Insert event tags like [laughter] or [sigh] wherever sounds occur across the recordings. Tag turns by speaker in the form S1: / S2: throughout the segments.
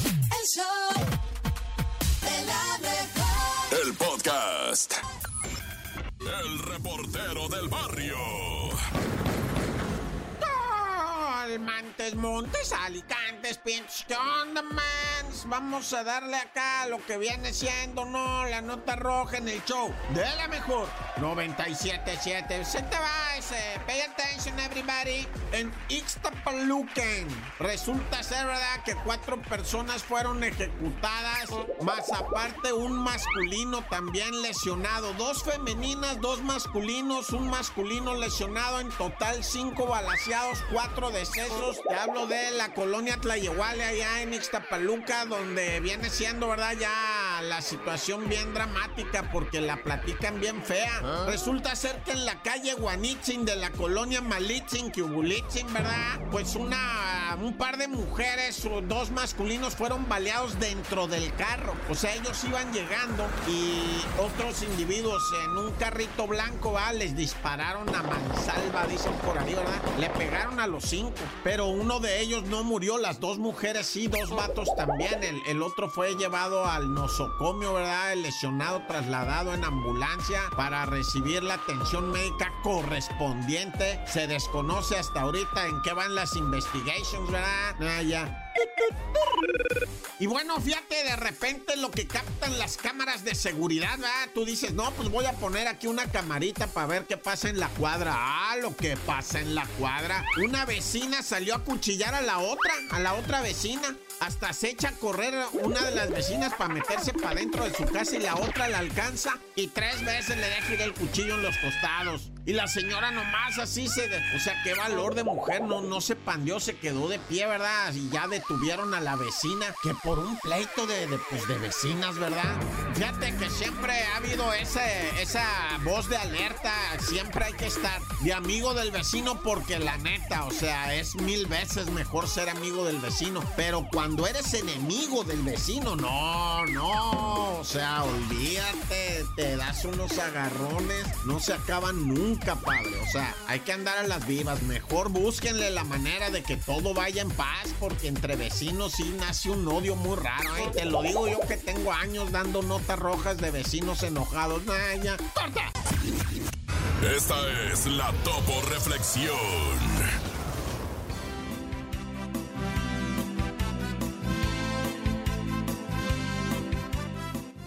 S1: El show de la mejor.
S2: El podcast. El reportero del barrio.
S3: Almantes, Montes, Alicantes, Pintos, ¿qué onda, mans? Vamos a darle acá lo que viene siendo, ¿no? La nota roja en el show. De la mejor. 97.7. Se te va ese. Pay attention, everybody. En Ixtapalucan. Resulta ser, ¿verdad? Que cuatro personas fueron ejecutadas. Más aparte, un masculino también lesionado. Dos femeninas, dos masculinos, un masculino lesionado. En total, cinco balaseados, cuatro decesos. Te hablo de la colonia Tlayehuale, allá en Ixtapaluca, donde viene siendo, ¿verdad? Ya la situación bien dramática porque la platican bien fea. Resulta ser que en la calle Guanitzin de la colonia Malitzin, Cubulitzin, ¿verdad? Pues una, un par de mujeres o dos masculinos fueron baleados dentro del carro. O sea, ellos iban llegando y otros individuos en un carrito blanco, ¿va? Les dispararon a mansalva, dicen por ahí, ¿verdad? Le pegaron a los cinco, pero uno de ellos no murió, las dos mujeres sí, dos vatos también. El, el otro fue llevado al nosocomio, ¿verdad? El lesionado trasladado en ambulancia para recibir la atención médica correspondiente. Se desconoce hasta ahorita en qué van las investigations, ¿verdad? Ah, ya. Y bueno, fíjate, de repente lo que captan las cámaras de seguridad, ¿verdad? Tú dices, no, pues voy a poner aquí una camarita para ver qué pasa en la cuadra. Ah, lo que pasa en la cuadra. Una vecina salió a cuchillar a la otra, a la otra vecina. Hasta se echa a correr una de las vecinas para meterse para dentro de su casa y la otra la alcanza y tres veces le deja ir el cuchillo en los costados. Y la señora nomás así se... de- o sea, qué valor de mujer, no, no se pandeó, se quedó de pie, ¿verdad? Y ya detuvieron a la vecina, que por un pleito de, de, pues, de vecinas, ¿verdad? Fíjate que siempre ha habido ese, esa voz de alerta, siempre hay que estar de amigo del vecino porque la neta, o sea, es mil veces mejor ser amigo del vecino, pero cuando eres enemigo del vecino, no, no, o sea, olvídate, te das unos agarrones, no se acaban nunca, padre, o sea, hay que andar a las vivas, mejor búsquenle la manera de que todo vaya en paz, porque entre vecinos sí nace un odio muy raro, ¿eh? te lo digo yo que tengo años dando notas rojas de vecinos enojados, Nah, ya, ¡Corta!
S2: Esta es la Topo Reflexión.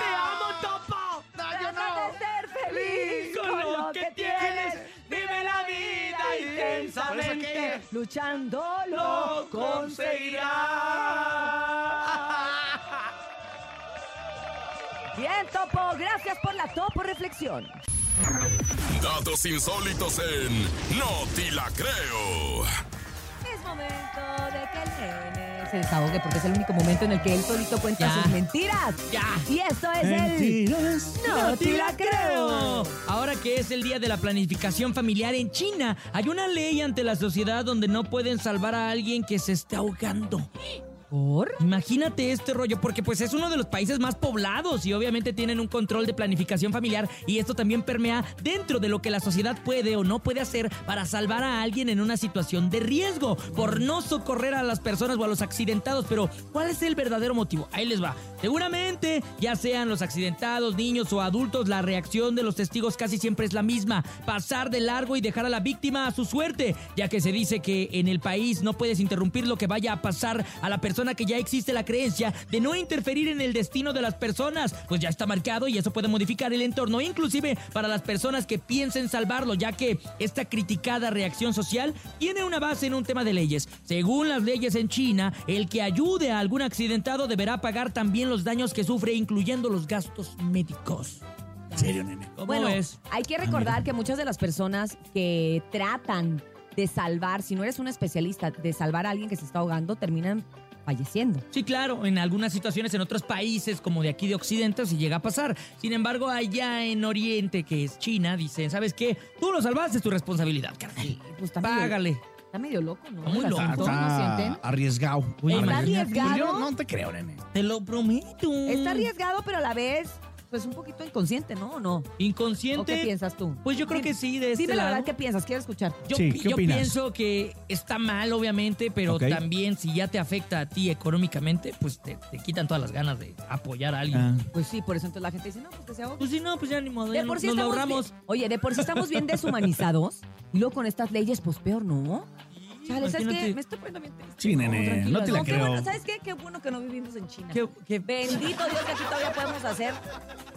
S4: Te amo, topo. Trata de ser feliz con lo que tienes. Vive la vida intensamente. Luchando lo [laughs] conseguirás. Bien, topo. Gracias por la topo reflexión.
S2: Datos insólitos en No Ti La Creo.
S4: Es momento de que el nene se desahogue porque es el único momento en el que él solito cuenta
S5: Ya.
S4: sus mentiras.
S5: Ya.
S4: Y esto es el... No, te la creo.
S5: Ahora que es el día de la planificación familiar en China, hay una ley ante la sociedad donde no pueden salvar a alguien que se está ahogando.
S4: ¿Por?
S5: Imagínate este rollo, porque pues es uno de los países más poblados y obviamente tienen un control de planificación familiar y esto también permea dentro de lo que la sociedad puede o no puede hacer para salvar a alguien en una situación de riesgo, por no socorrer a las personas o a los accidentados. Pero, ¿cuál es el verdadero motivo? Ahí les va. Seguramente, ya sean los accidentados, niños o adultos, la reacción de los testigos casi siempre es la misma, pasar de largo y dejar a la víctima a su suerte, ya que se dice que en el país no puedes interrumpir lo que vaya a pasar a la persona que ya existe la creencia de no interferir en el destino de las personas, pues ya está marcado y eso puede modificar el entorno, inclusive para las personas que piensen salvarlo, ya que esta criticada reacción social tiene una base en un tema de leyes. Según las leyes en China, el que ayude a algún accidentado deberá pagar también los daños que sufre, incluyendo los gastos médicos.
S6: ¿En serio, nene?
S5: ¿Cómo
S4: bueno,
S5: es?
S4: hay que recordar que muchas de las personas que tratan de salvar, si no eres un especialista, de salvar a alguien que se está ahogando, terminan
S7: falleciendo.
S5: Sí, claro, en algunas situaciones en otros países, como de aquí de Occidente, sí llega a pasar. Sin embargo, allá en Oriente, que es China, dicen, ¿sabes qué? Tú lo salvaste, es tu responsabilidad, carnal.
S7: Sí, pues está medio-
S5: Págale.
S7: Está medio loco, ¿no?
S5: Está muy
S7: El
S5: loco.
S7: asunto, ¿no
S6: Ah,
S7: sienten?
S8: Ah,
S9: arriesgado.
S7: ¿Está
S9: Pues yo
S7: arriesgado?
S9: no te creo, nene.
S5: Te lo prometo.
S7: Está arriesgado, pero a la vez, pues un poquito inconsciente, ¿no? ¿O no? ¿O
S5: Inconsciente.
S7: qué piensas tú?
S5: Pues yo creo que sí, de este
S7: Dime la
S5: lado.
S7: verdad, ¿qué piensas? Quiero escuchar.
S5: Yo,
S9: Sí,
S5: pi-
S9: ¿qué
S5: yo
S9: opinas?
S5: pienso que está mal, obviamente, pero
S9: Ok.
S5: también si ya te afecta a ti económicamente, pues te, te quitan todas las ganas de apoyar a alguien.
S9: Ah.
S7: Pues sí, por eso entonces la gente dice, no, pues que se ahogue.
S5: Pues si no, pues ya ni modo, ya
S7: De
S5: no-
S7: por sí
S5: nos lo
S7: estamos
S5: ahorramos.
S7: bien- oye, de por sí estamos bien
S5: [laughs]
S7: deshumanizados. Y luego con estas leyes, pues peor, ¿no? Chale, ¿sabes
S5: imagínate.
S7: qué? Me estoy poniendo bien triste.
S9: Sí, nene,
S7: tranquila,
S9: no te la
S7: qué
S9: creo.
S7: bueno, ¿Sabes qué? Qué bueno que no vivimos en China.
S5: Qué- qué-
S7: Bendito Dios que aquí todavía podemos hacer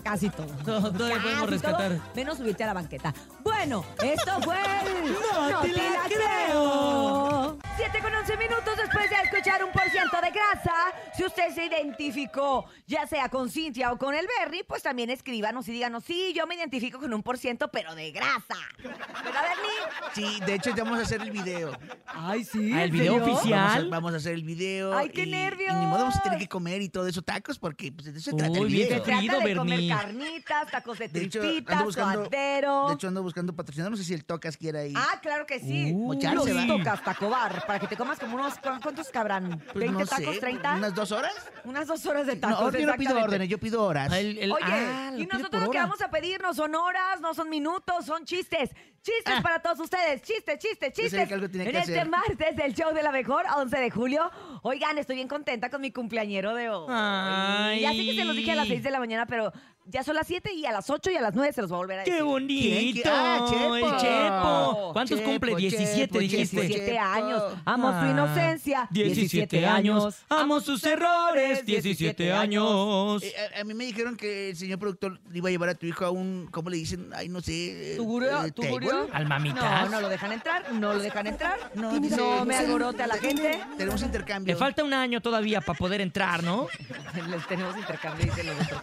S7: casi todo.
S5: [laughs] Todo- todavía
S7: Casi
S5: podemos rescatar.
S7: todo, menos subirte a la banqueta. Bueno, esto fue el...
S5: No te la creo.
S7: 7 con 11 minutos después de escuchar un por ciento de grasa. Si usted se identificó, ya sea con Cintia o con el Berry, pues también escríbanos y díganos, sí, yo me identifico con un por ciento, pero de grasa. ¿Verdad, Bernie?
S10: Sí, de hecho ya vamos a hacer el video.
S7: Ay, sí.
S5: Ah, el video
S10: Vamos a,
S5: oficial.
S10: vamos a hacer el video.
S7: Ay, qué
S10: y-
S7: nervios.
S10: Y ni modo vamos a tener que comer y todo eso, tacos, porque pues, de eso se trata
S5: Uy,
S10: el
S5: bien
S10: video.
S7: Se
S5: Querido
S7: trata de
S5: Bernie.
S7: comer carnitas, tacos de
S10: De hecho,
S7: tripitas,
S10: ando buscando,
S7: suadero.
S10: de hecho, ando buscando patrocinador. No sé si el Tocas quiera ir.
S7: Ah, claro que sí.
S10: Uh, ya
S7: Los
S10: se va.
S7: tocas, tacobar, para que te comas como unos... ¿Cuántos cabrán? ¿20
S10: Pues, no
S7: tacos,
S10: sé,
S7: 30?
S10: ¿Unas dos horas?
S7: Unas dos horas de
S10: No,
S7: tacos,
S10: yo no pido
S7: exactamente.
S10: órdenes, yo pido horas.
S5: El- el-
S7: Oye,
S5: ah, lo
S7: y
S5: pide por
S7: nosotros lo que
S5: hora.
S7: vamos a pedir no son horas, no son minutos, son chistes.
S5: Ah.
S7: Chistes para todos ustedes. Chistes, chistes,
S10: sabía
S7: chistes.
S10: que algo tenía
S7: en
S10: que
S7: este
S10: hacer.
S7: martes del show de la mejor, 11 de julio. Oigan, estoy bien contenta con mi cumpleañero de hoy.
S5: Ay.
S7: Ya sé que se los dije a las 6 de la mañana, pero ya son las 7 y a las 8 y a las 9 se los voy a volver a decir.
S5: ¡Qué
S10: ¿Quién?
S5: bonito!
S10: ¿Quién? Ah, Chepo.
S5: ¡El Chepo! ¿Cuántos
S10: Chepo,
S5: cumple? 17,
S10: Chepo,
S5: dijiste.
S7: 17
S10: Chepo.
S7: años. Amo su
S5: Ah,
S7: inocencia.
S5: 17 años. Amo sus errores. 17 años.
S10: Eh, a, a mí me dijeron que el señor productor iba a llevar a tu hijo a un, ¿cómo le dicen? Ay, no sé. eh,
S7: ¿Tugurio?
S10: eh,
S7: ¿Tugurio?
S5: Al
S7: No,
S5: mamitas.
S7: no lo dejan entrar, no lo dejan entrar. No,
S10: table.
S7: me
S10: sí.
S7: agorote a la gente.
S10: Tenemos intercambio.
S5: Le falta un año todavía para poder entrar, ¿no?
S7: [laughs] Les tenemos intercambio, dicen los otros.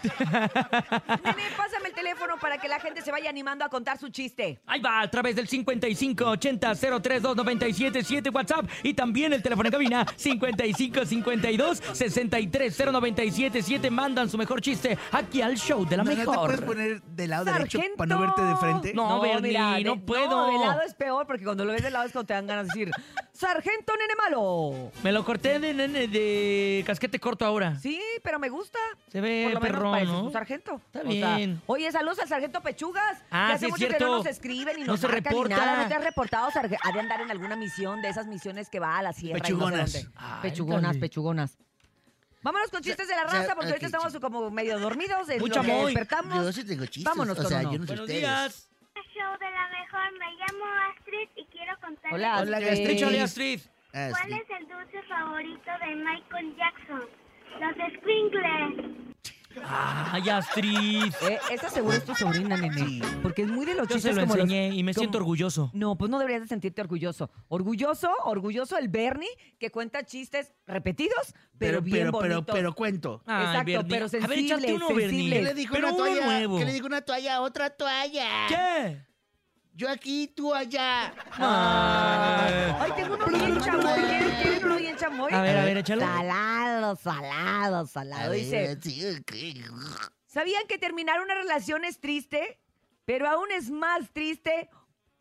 S7: Nene, pásame el teléfono para que la gente se vaya animando a contar su chiste.
S5: Ahí va, a través del 5580-032977 WhatsApp y también el teléfono en cabina 5552-630977. Mandan su mejor chiste aquí al show de la
S10: no, no te
S5: mejor.
S10: puedes poner del lado derecho para no verte de frente.
S5: No, Bernie, no puedo.
S7: de lado es peor porque cuando lo ves de lado es cuando te dan ganas de decir, Sargento Nene Malo.
S5: Me lo corté de, de- de casquete corto ahora.
S7: Sí, pero me gusta.
S5: Se ve
S7: Por lo menos
S5: Eh, perrón,
S7: pareces
S5: ¿no?
S7: un sargento.
S5: Está
S7: O sea,
S5: bien.
S7: oye, saludos al sargento Pechugas.
S5: Ah,
S7: que
S5: sí
S7: hace
S5: es
S7: mucho que
S5: cierto.
S7: no nos escriben y
S5: No
S7: nos
S5: se
S7: marcan ni
S5: reporta.
S7: nada. No te has reportado, sarge- ha de andar en alguna misión de esas misiones que va a la sierra. y no sé
S10: Pechugonas.
S7: dónde.
S5: Ay,
S7: pechugonas,
S5: ándale.
S7: pechugonas. Vámonos con chistes de la
S10: o sea,
S7: raza porque ahorita
S10: ok,
S7: estamos como medio dormidos. es
S5: Mucho
S7: lo que
S5: amor.
S7: despertamos.
S10: Yo sí tengo chistes.
S7: Vámonos
S10: o
S7: con
S10: sea,
S7: uno.
S10: yo no sé
S5: Buenos
S10: ustedes.
S5: días.
S11: show de la mejor. Me llamo Astrid y quiero contar
S7: Hola,
S10: Hola,
S7: Astrid.
S10: Astrid.
S5: Échale, Astrid.
S10: Ah,
S11: cuál
S10: sí.
S11: es el dulce favorito de Michael Jackson. Los squinkles.
S5: Ay,
S7: [laughs]
S5: Astrid.
S7: Eh, esta seguro es tu sobrina, nene.
S10: Sí.
S7: Porque es muy de los
S5: Yo se
S7: chistes
S5: lo
S7: como los-
S5: enseñé y me
S7: como-
S5: siento orgulloso.
S7: No, pues no deberías de sentirte orgulloso. Orgulloso, orgulloso el Bernie que cuenta chistes repetidos, pero,
S10: Pero,
S7: bien
S10: pero, pero,
S7: bonitos.
S10: pero cuento.
S5: Ay,
S7: Exacto,
S5: Bernie.
S7: pero
S5: A ver, échate
S7: sensible,
S5: uno,
S7: sensible.
S10: ¿Qué
S5: Bernie.
S10: le dijo
S5: pero
S10: una
S5: uno
S10: toalla?
S5: nuevo.
S10: ¿Qué le dijo una toalla a otra toalla?
S5: ¿Qué?
S10: Yo aquí, tú allá.
S5: Ah.
S7: Ay, tengo uno bien chamoy. ¿Quieres, quieres uno bien chamoy?
S5: A ver, a ver, échalo.
S7: Salado, salado,
S10: A
S7: salado.
S10: ver,
S7: Dice,
S10: sí, ok.
S7: ¿sabían que terminar una relación es triste? Pero aún es más triste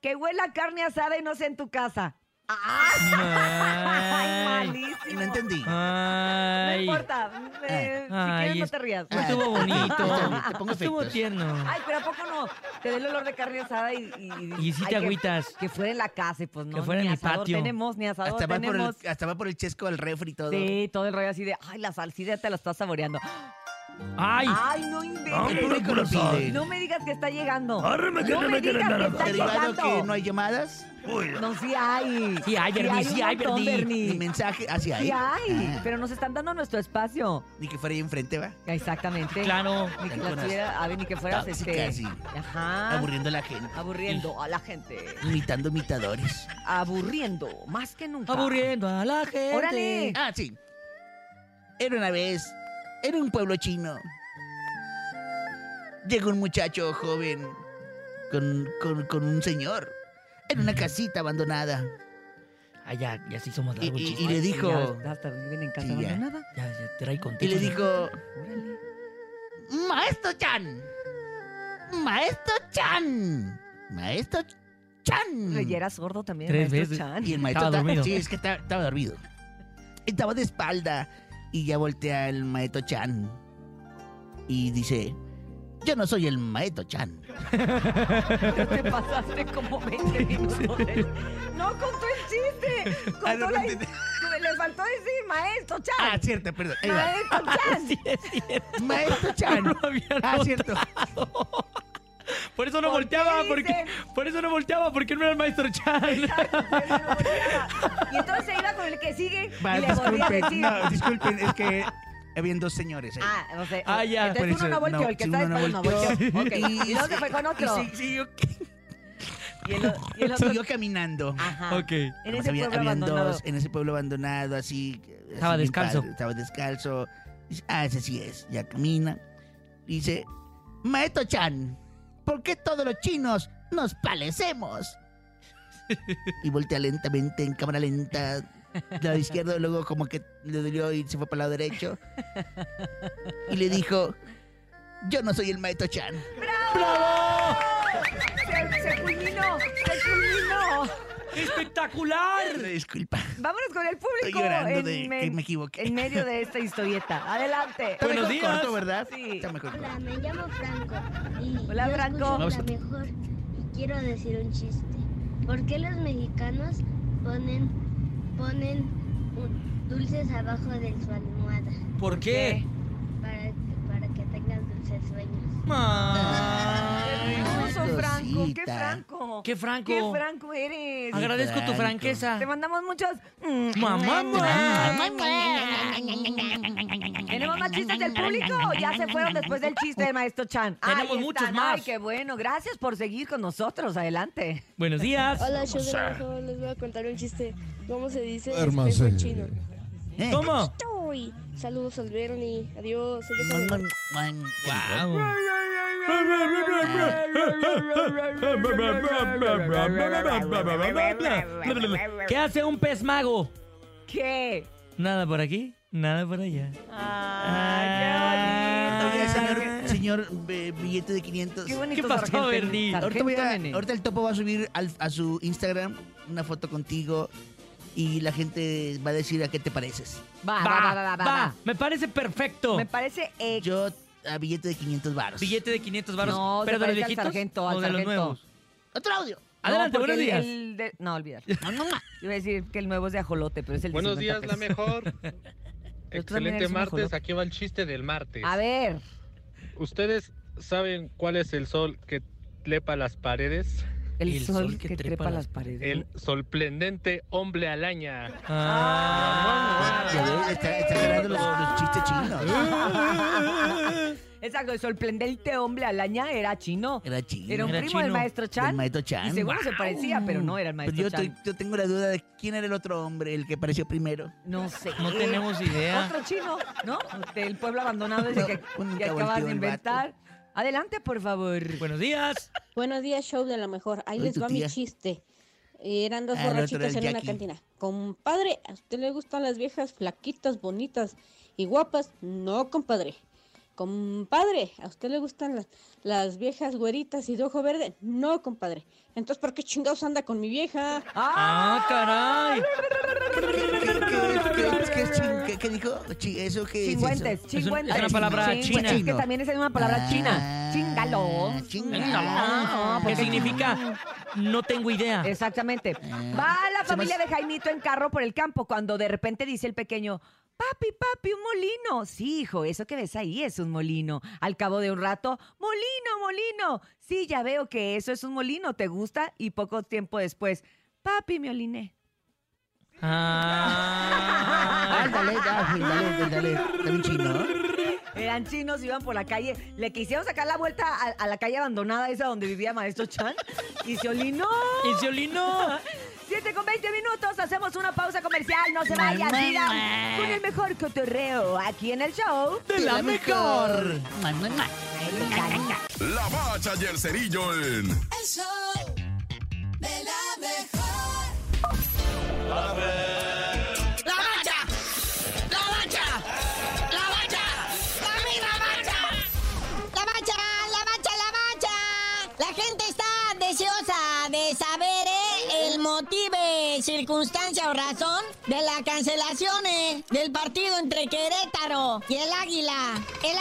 S7: que huela a carne asada y no sea en tu casa. Ay,
S5: Ay.
S10: Y
S7: malísimo.
S10: no entendí.
S7: No
S5: Ay.
S7: importa. eh,
S5: Ay,
S7: si quieres, no
S5: es-
S7: te rías.
S5: No estuvo
S10: Ay, te
S5: bonito. Estuvo
S10: pongo efectos.
S5: tierno.
S7: Ay, pero ¿a poco no? Te da el olor de carne asada y...
S5: Y sí
S7: ay,
S5: te
S7: que-
S5: agüitas.
S7: Que fuera en la casa y pues no,
S5: Que fuera
S7: ni
S5: en el
S7: asador
S5: patio.
S7: tenemos, ni asador
S10: Hasta va, por el,
S7: tenemos.
S10: hasta va por el chesco al refri y todo.
S7: Sí, todo el rollo así de, ay, la salsita te la estás saboreando.
S5: Ay.
S7: Ay, no inventes.
S10: Pero rico lo pide.
S7: No me digas que está llegando.
S9: Árreme que
S7: no
S9: no
S7: me
S9: me quieren
S7: digas
S9: dar
S7: que
S9: nada.
S7: está
S10: Derivado
S7: llegando.
S10: que no hay llamadas
S7: No, sí hay.
S5: Sí hay, Bernie, sí
S7: un
S5: hay,
S7: montón,
S5: Bernie.
S10: ni mensaje hacia ahí.
S7: Sí hay,
S10: Ah,
S7: pero nos están dando nuestro espacio.
S10: ni que fuera ahí enfrente, va.
S7: Exactamente.
S5: Claro.
S7: Ni que la tuviera- a ver, ni que fueras
S10: Tóxica,
S7: este.
S10: sí.
S7: Ajá.
S10: Aburriendo a la gente.
S7: aburriendo a la gente.
S10: Imitando imitadores.
S7: Aburriendo, más que nunca.
S5: Aburriendo a la gente.
S7: Órale.
S10: Ah, sí. Era una vez, en un pueblo chino, llegó un muchacho joven con, con- con un señor en una casita abandonada.
S5: Ah, ya, ya se hizo más largo el
S10: Y- y-
S5: chiste.
S10: y le dijo-
S7: Ya, hasta viven en casa
S10: Sí, ya.
S7: abandonada.
S5: Ya, ya, trae
S10: Y
S5: contexto.
S10: le dijo,
S7: Órale.
S10: Maestro Chan. Maestro Chan. Maestro Chan.
S7: Oye, era sordo también.
S5: Tres
S7: maestro
S5: veces.
S7: Chan.
S10: Y el maestro
S5: Estaba
S10: ta-
S5: dormido.
S10: Sí, es que ta- estaba, dormido. Estaba de espalda y ya voltea el maestro Chan. Y dice, yo no soy el maestro
S7: [laughs]
S10: Chan.
S7: Te pasaste como 20 minutos. del- No contó el chiste. Contó
S10: Ah, no, no
S7: la-
S10: entendí.
S7: Le faltó decir maestro Chan.
S10: Ah, cierto, perdón. Ahí va.
S8: [laughs]
S7: maestro
S8: Ah,
S7: Chan.
S5: Sí, es cierto.
S10: Maestro
S5: No
S10: Chan.
S5: lo había
S10: Ah,
S5: notado.
S10: cierto.
S7: [laughs]
S5: Por eso no
S7: ¿Por qué
S5: volteaba, porque
S7: dicen?
S5: por eso no volteaba, porque no era el maestro Chan.
S7: Y entonces se iba con el que sigue
S10: Va,
S7: y le volvía a
S10: disculpen,
S7: decir.
S10: no, disculpen, es que habían dos señores ahí.
S7: Ah, no sé.
S5: Ah, ya.
S7: Entonces
S10: Por
S7: uno no
S10: eso,
S7: volteó,
S10: no,
S7: el que
S10: sí,
S7: está
S10: uno no
S7: después no
S10: volteó.
S7: volteó. Ok. Y luego se fue con otro.
S10: Y sí- siguió,
S7: Y
S5: [laughs]
S7: el, o- y el otro.
S10: siguió caminando.
S7: Ajá.
S5: Ok.
S7: En
S10: Además,
S7: ese
S10: había-
S7: pueblo
S10: habían
S7: abandonado.
S10: dos en ese pueblo abandonado, así. así
S5: Estaba
S10: bien
S5: descalzo.
S10: padre, estaba descalzo. Dice, ah, ese sí es. Ya camina. Dice, Maestro Chan, ¿por qué todos los chinos nos
S5: [laughs]
S10: palecemos? y voltea lentamente, en cámara lenta, del lado izquierdo, luego como que le dolió y se fue para el lado derecho. Y le dijo, yo no soy el Maestro Chan.
S7: Se, se culminó, se culminó.
S5: ¡Espectacular!
S10: Una Disculpa.
S7: ah, Vámonos con el
S10: Estoy
S7: público.
S10: llorando
S7: en
S10: de que
S7: men-
S10: me equivoqué.
S7: En medio de esta historieta. Adelante.
S10: Está
S5: Buenos
S10: mejor
S5: días.
S10: corto, ¿verdad?
S7: Sí.
S10: Está mejor corto.
S11: me llamo Franco. Y
S7: Hola, yo Franco.
S10: Vamos.
S7: escucho
S10: la
S11: mejor y quiero decir un chiste. ¿Por qué los mexicanos ponen, ponen dulces abajo de su almohada?
S5: ¿Por qué?
S11: Para, para que tengas dulces sueños.
S5: Ah.
S7: Hermoso, Franco. Qué
S10: Rosita.
S7: franco.
S5: ¡Qué franco!
S7: Qué franco eres.
S5: Agradezco tu
S10: Franco.
S5: franqueza.
S7: Te mandamos muchos. mm,
S5: Mamá,
S7: mm,
S5: mamá.
S7: mm, mm. Tenemos más chistes del público. Ya se fueron después del chiste del maestro Chan. Ahí
S5: Tenemos
S7: están.
S5: muchos más.
S7: Ay, qué bueno. Gracias por seguir con nosotros. Adelante.
S5: Buenos días.
S9: Hola, yo de
S2: sea.
S9: mejor les voy a contar un chiste. ¿Cómo se dice
S12: Hermano,
S9: espejo en
S12: sí.
S9: chino?
S10: Eh.
S5: ¿Cómo?
S9: Uy, Saludos al Bernie. Adiós. Yo soy
S10: Man,
S9: Bernie.
S10: man, man.
S5: Wow. ¿Qué hace un pez mago?
S7: ¿Qué?
S5: Nada por aquí, nada por allá.
S7: Ay,
S10: Oiga,
S7: qué bonito.
S10: señor, señor eh, billete de 500.
S7: Qué bonito.
S5: ¿Qué pasó, Bernie?
S10: Ahorita, voy a- ahorita el topo va a subir al- a su Instagram una foto contigo y la gente va a decir a qué te pareces.
S7: Va, va, va, va, va, va.
S5: Me parece perfecto.
S7: Me parece ex.
S10: Yo a billete de 500 varos.
S5: Billete de 500 baros.
S7: No,
S5: ¿Pero de los
S7: se parece al
S5: viejitos
S7: sargento, al
S5: o de los
S7: sargento.
S5: nuevos?
S10: Otro audio.
S5: Adelante,
S7: No, porque
S5: buenos días.
S7: el- el de- No, olvídalo. Iba a decir que el nuevo es de ajolote, pero es el de
S13: Buenos
S7: 50
S13: días, la
S7: pesos. [laughs]
S13: mejor.
S7: Pero tú también
S13: Excelente
S7: eres un
S13: martes.
S7: ajolote.
S13: Aquí va el chiste del martes.
S7: A ver.
S13: ¿Ustedes saben cuál es el sol que trepa las paredes?
S7: El,
S5: Y el
S7: sol, que, trepa, las paredes.
S13: El sorprendente hombre alaña.
S5: Ah.
S10: Ya ves, está, está ganando
S7: Ah.
S10: los, los chistes chinos.
S7: [laughs] Exacto, el sorprendente hombre alaña era chino.
S10: Era chino.
S7: Era un
S5: Era
S7: primo
S5: chino.
S7: del maestro
S10: El
S7: Chan.
S10: maestro Chan.
S7: Y seguro se parecía, pero no era el
S10: Pero
S7: maestro
S10: yo,
S7: Chan.
S10: estoy- yo tengo la duda de quién era el otro hombre, el que apareció
S7: [laughs]
S10: primero.
S7: No sé.
S5: No tenemos idea.
S7: Otro chino, ¿no? Del pueblo abandonado ese
S10: No, [laughs]
S7: que,
S10: nunca
S7: que acabas
S10: volteó
S7: de
S10: el
S7: inventar. Adelante, por favor.
S5: Buenos días.
S9: Buenos días, show de la mejor. Ahí
S10: Ay,
S9: les
S10: tu
S9: va mi
S10: tía.
S9: chiste. Eran dos
S10: Ah, el otro
S9: borrachitos
S10: era el
S9: en una
S10: Jackie.
S9: cantina. Compadre, ¿a usted le gustan las viejas flaquitas, bonitas y guapas? No, compadre. Compadre, ¿a usted le gustan las, las viejas güeritas y de ojo verde? No, compadre. Entonces, ¿por qué chingados anda con mi vieja?
S5: Ah, caray.
S10: ¿Qué, qué- qué- qué es chin- qué- qué dijo? Chi- ¿Eso qué es eso?
S7: Chingüentes, chingüentes.
S5: es una palabra
S7: Chingüentes,
S5: china.
S7: Que también es una palabra
S10: Ah,
S7: china. Chingalo.
S10: chingalo.
S7: Ah,
S5: ¿Qué
S7: porque-
S5: significa? No tengo idea.
S7: Exactamente.
S10: Ah.
S7: Va la
S10: Se
S7: familia
S10: me
S7: de Jaimito en carro por el campo cuando de repente dice el pequeño, papi, papi, un molino. Sí, hijo, eso que ves ahí es un molino. Al cabo de un rato, molino, molino. Sí, ya veo que eso es un molino, ¿te gusta? Y poco tiempo después, papi, me oliné.
S1: À.
S5: Ah.
S10: Ándale, dale, dale, dale. Dale un chino.
S7: Eran chinos, iban por la calle. Le quisieron sacar la vuelta a, a la calle abandonada esa donde vivía Maestro Chan. Y se olinó.
S5: Inciolino.
S7: [laughs] 7 con 20 minutos, hacemos una pausa comercial, no se vayan, sigan con el mejor cotorreo aquí en el show.
S10: De la mejor. Ma, ma, ma.
S2: La bacha y el cerillo en
S1: El show de la mejor. La mancha, la mancha, la mancha, la misma mancha. La mancha, la mancha, la mancha. La gente está deseosa de saber ¿eh? el motive, circunstancia o razón de la cancelación ¿eh? del partido entre Querétaro y el Águila, el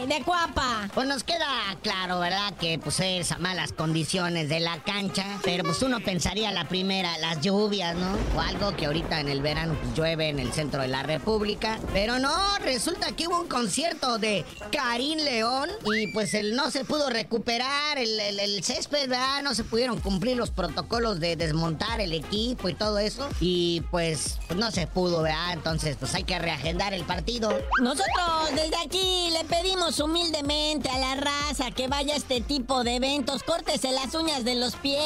S1: ave de Cuapa.
S14: Pues nos queda claro, ¿verdad? Que pues es a malas condiciones de la cancha, pero pues uno pensaría la primera, las lluvias, ¿no? O algo que ahorita en el verano pues, llueve en el centro de la República, pero no, resulta que hubo un concierto de Karim León y pues él no se pudo recuperar el, el- el césped, ¿verdad? No se pudieron cumplir los protocolos de desmontar el equipo y todo eso y pues, pues, no se pudo, ¿verdad? Entonces pues hay que reagendar el partido.
S1: Nosotros desde aquí le pedimos humildemente a la raza que vaya a este tipo de eventos. Córtese las uñas de los pies.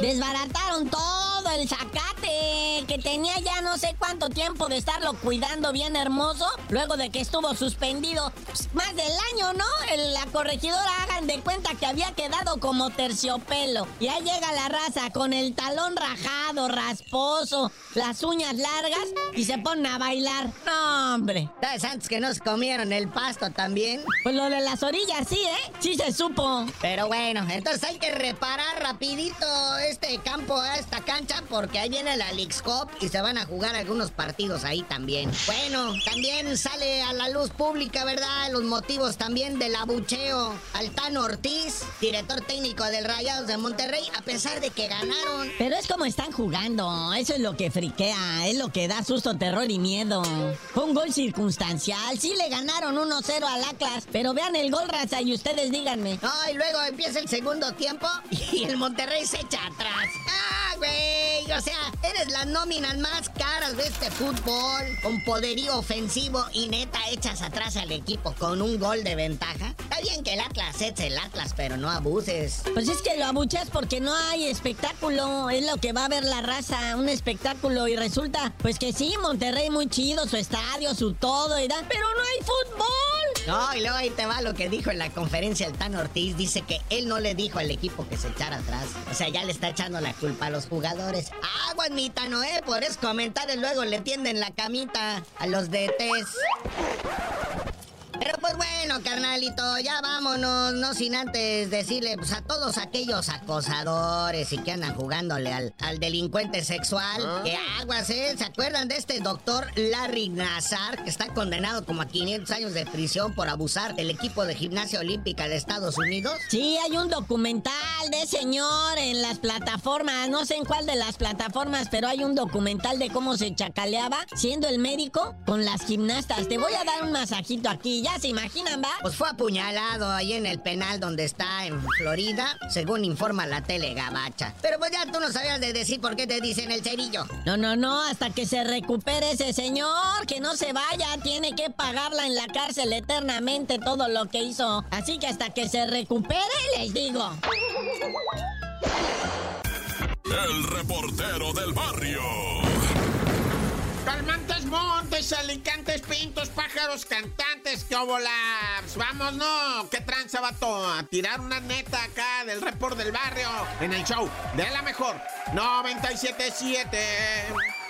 S1: Desbarataron todo el zacate que tenía ya no sé cuánto tiempo de estarlo cuidando bien hermoso. Luego de que estuvo suspendido pues, más del año, ¿no? El- la corregidora hagan de cuenta que había quedado como terciopelo. Y ahí llega la raza con el talón rajado, rasposo, las uñas largas y se pone a bailar. No, hombre.
S14: ¿Sabes antes que nos comieron el pasto también?
S1: Pues lo de las orillas sí, ¿eh? Sí se supo.
S14: Pero bueno, entonces hay que reparar rapidito este campo, esta cancha, porque ahí viene la Leagues Cup y se van a jugar algunos partidos ahí también. Bueno, también sale a la luz pública, ¿verdad? Los motivos también del abucheo al Tan Ortiz, director técnico del Rayados de Monterrey, a pesar de que ganaron.
S1: Pero es como están jugando, eso es lo que friquea, es lo que da susto, terror y miedo. Fue un gol circunstancial, sí le ganaron 1-0 al Atlas, pero vean el gol, raza, y ustedes díganme.
S14: No, y luego empieza el segundo tiempo y el Monterrey se echa atrás. ¡Ah, güey! O sea, eres las nóminas más caras de este fútbol. Con poderío ofensivo y neta echas atrás al equipo con un gol de ventaja. Está bien que el Atlas es el Atlas, pero no abuses.
S1: Pues es que lo abuchas porque no hay espectáculo, es lo que va a ver la raza, un espectáculo y resulta, pues que sí, Monterrey muy chido, su estadio, su todo, ¿verdad? Pero no hay fútbol.
S14: No, y luego ahí te va lo que dijo en la conferencia el Tan Ortiz. Dice que él no le dijo al equipo que se echara atrás. O sea, ya le está echando la culpa a los jugadores. Aguas, mi Tano, eh. Por esos comentarios luego le tienden la camita a los DTs. Pero pues bueno, carnalito, ya vámonos, no sin antes decirle pues, a todos aquellos acosadores y que andan jugándole al, al delincuente sexual, que aguas, ¿eh? ¿Se acuerdan de este doctor Larry Nazar, que está condenado como a 500 años de prisión por abusar del equipo de gimnasia olímpica de Estados Unidos?
S1: Sí, hay un documental de señor en las plataformas, no sé en cuál de las plataformas, pero hay un documental de cómo se chacaleaba siendo el médico con las gimnastas. Te voy a dar un masajito aquí, ya se imaginan, ¿va?
S14: Pues fue apuñalado ahí en el penal donde está en Florida, según informa la tele gabacha. Pero pues ya tú no sabías de decir por qué te dicen el cerillo.
S1: No, no, no, hasta que se recupere ese señor, que no se vaya, tiene que pagarla en la cárcel eternamente todo lo que hizo. Así que hasta que se recupere, les digo.
S2: El reportero del barrio.
S3: Calmantes, montes, alicantes, pintos, pájaros, cantantes, que Pues Vamos, no, qué tranza, vato. A tirar una neta acá del report del barrio en el show de la mejor 97.7.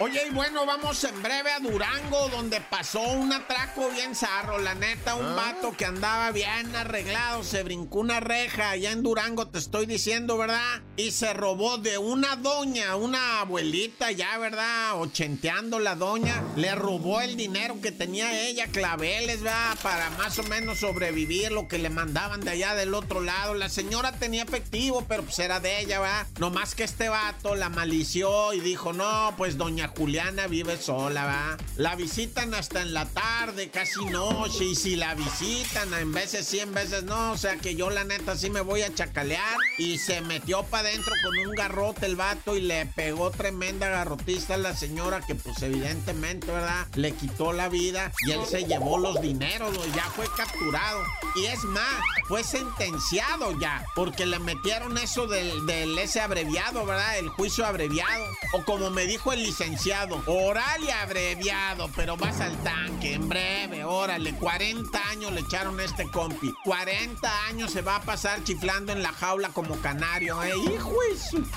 S3: Oye, y bueno, vamos en breve a Durango, donde pasó un atraco bien zarro. La neta, un vato que andaba bien arreglado, se brincó una reja allá en Durango, te estoy diciendo, ¿verdad? Y se robó de una doña, una abuelita ya, ¿verdad? Ochenteando la doña, le robó el dinero que tenía ella, claveles, ¿verdad? Para más o menos sobrevivir lo que le mandaban de allá del otro lado. La señora tenía efectivo, pero pues era de ella, ¿verdad? Nomás que este vato la malició y dijo, no, pues doña Juliana vive sola, ¿verdad? La visitan hasta en la tarde, casi noche, y si la visitan, en veces sí, en veces no, o sea que yo la neta sí me voy a chacalear. Y se metió para adentro con un garrote el vato y le pegó tremenda garrotista a la señora que pues evidentemente, ¿verdad? Le quitó la vida y él se llevó los dineros, ¿no? ya fue capturado. Y es más, fue sentenciado ya, porque le metieron eso del, del ese abreviado, ¿verdad? El juicio abreviado. O como me dijo el licenciado, oral y abreviado, pero vas al tanque en breve, órale, 40 años le echaron a este compi. 40 años se va a pasar chiflando en la jaula como canario, ¿eh? ¡Hijo de su-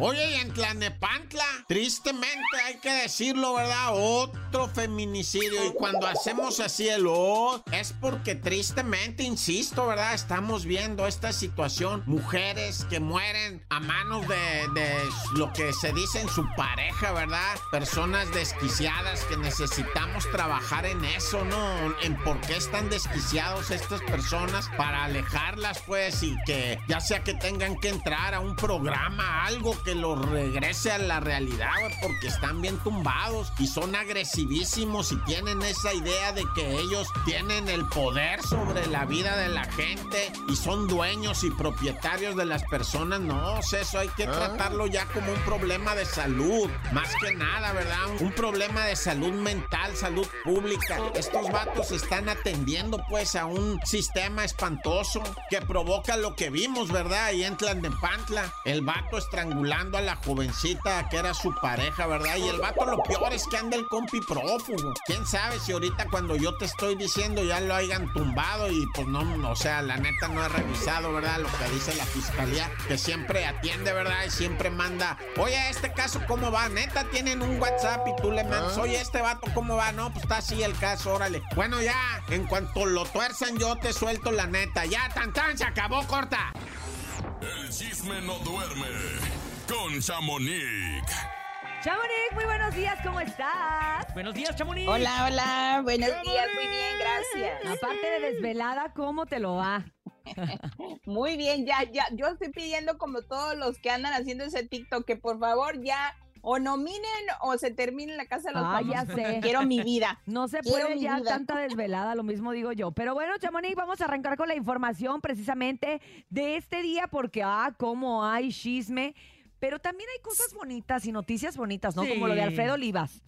S3: Oye, y en Tlanepantla, tristemente hay que decirlo, ¿verdad? Otro feminicidio. Y cuando hacemos así el O, es porque tristemente, insisto, ¿verdad? Estamos viendo esta situación. Mujeres que mueren a manos de, de lo que se dice en su pareja, ¿verdad? Personas desquiciadas que necesitamos trabajar en eso, ¿no? En por qué están desquiciados estas personas para alejarlas, pues, y que ya sea que tengan que entrar a un programa, algo que los regrese a la realidad, güey, porque están bien tumbados y son agresivísimos y tienen esa idea de que ellos tienen el poder sobre la vida de la gente y son dueños y propietarios de las personas. No, o sea, eso hay que tratarlo ya como un problema de salud, más que nada, ¿verdad? Un problema de salud mental, salud pública. Estos vatos están atendiendo, pues, a un sistema espantoso que provoca lo que vimos, ¿verdad? Ahí en Tlanepantla, el vato estrangulando a la jovencita que era su pareja, ¿verdad? Y el vato lo peor es que anda el compi prófugo. ¿Quién sabe si ahorita cuando yo te estoy diciendo ya lo hayan tumbado y pues no, no, o sea, la neta no he revisado, ¿verdad? Lo que dice la fiscalía, que siempre atiende, ¿verdad? Y siempre manda, oye, este caso, ¿cómo va? Neta, tienen un WhatsApp y tú le mandas, oye, este vato, ¿cómo va? No, pues está así el caso, órale. Bueno, ya, en cuanto lo tuerzan, yo te suelto la neta. Ya, tan tan, se acabó, corta.
S2: El chisme no duerme con Chamonix.
S7: Chamonix, muy buenos días, ¿cómo estás?
S5: Buenos días, Chamonix.
S15: Hola, hola, buenos días, muy bien, gracias.
S7: Aparte de desvelada, ¿cómo te lo
S15: [laughs]
S7: va?
S15: Muy bien, ya, ya, yo estoy pidiendo como todos los que andan haciendo ese TikTok que por favor ya o nominen o se termine la casa de los
S7: Ah,
S15: famosos,
S7: ya sé.
S15: porque [laughs] Quiero mi vida.
S7: No se
S15: Quiero
S7: puede
S15: mi
S7: ya
S15: vida.
S7: tanta desvelada, lo mismo digo yo. Pero bueno, Chamonix, vamos a arrancar con la información precisamente de este día, porque ah, cómo hay chisme. Pero también hay cosas bonitas y noticias bonitas, ¿no? Como lo de
S15: Sí.
S7: Alfredo Olivas.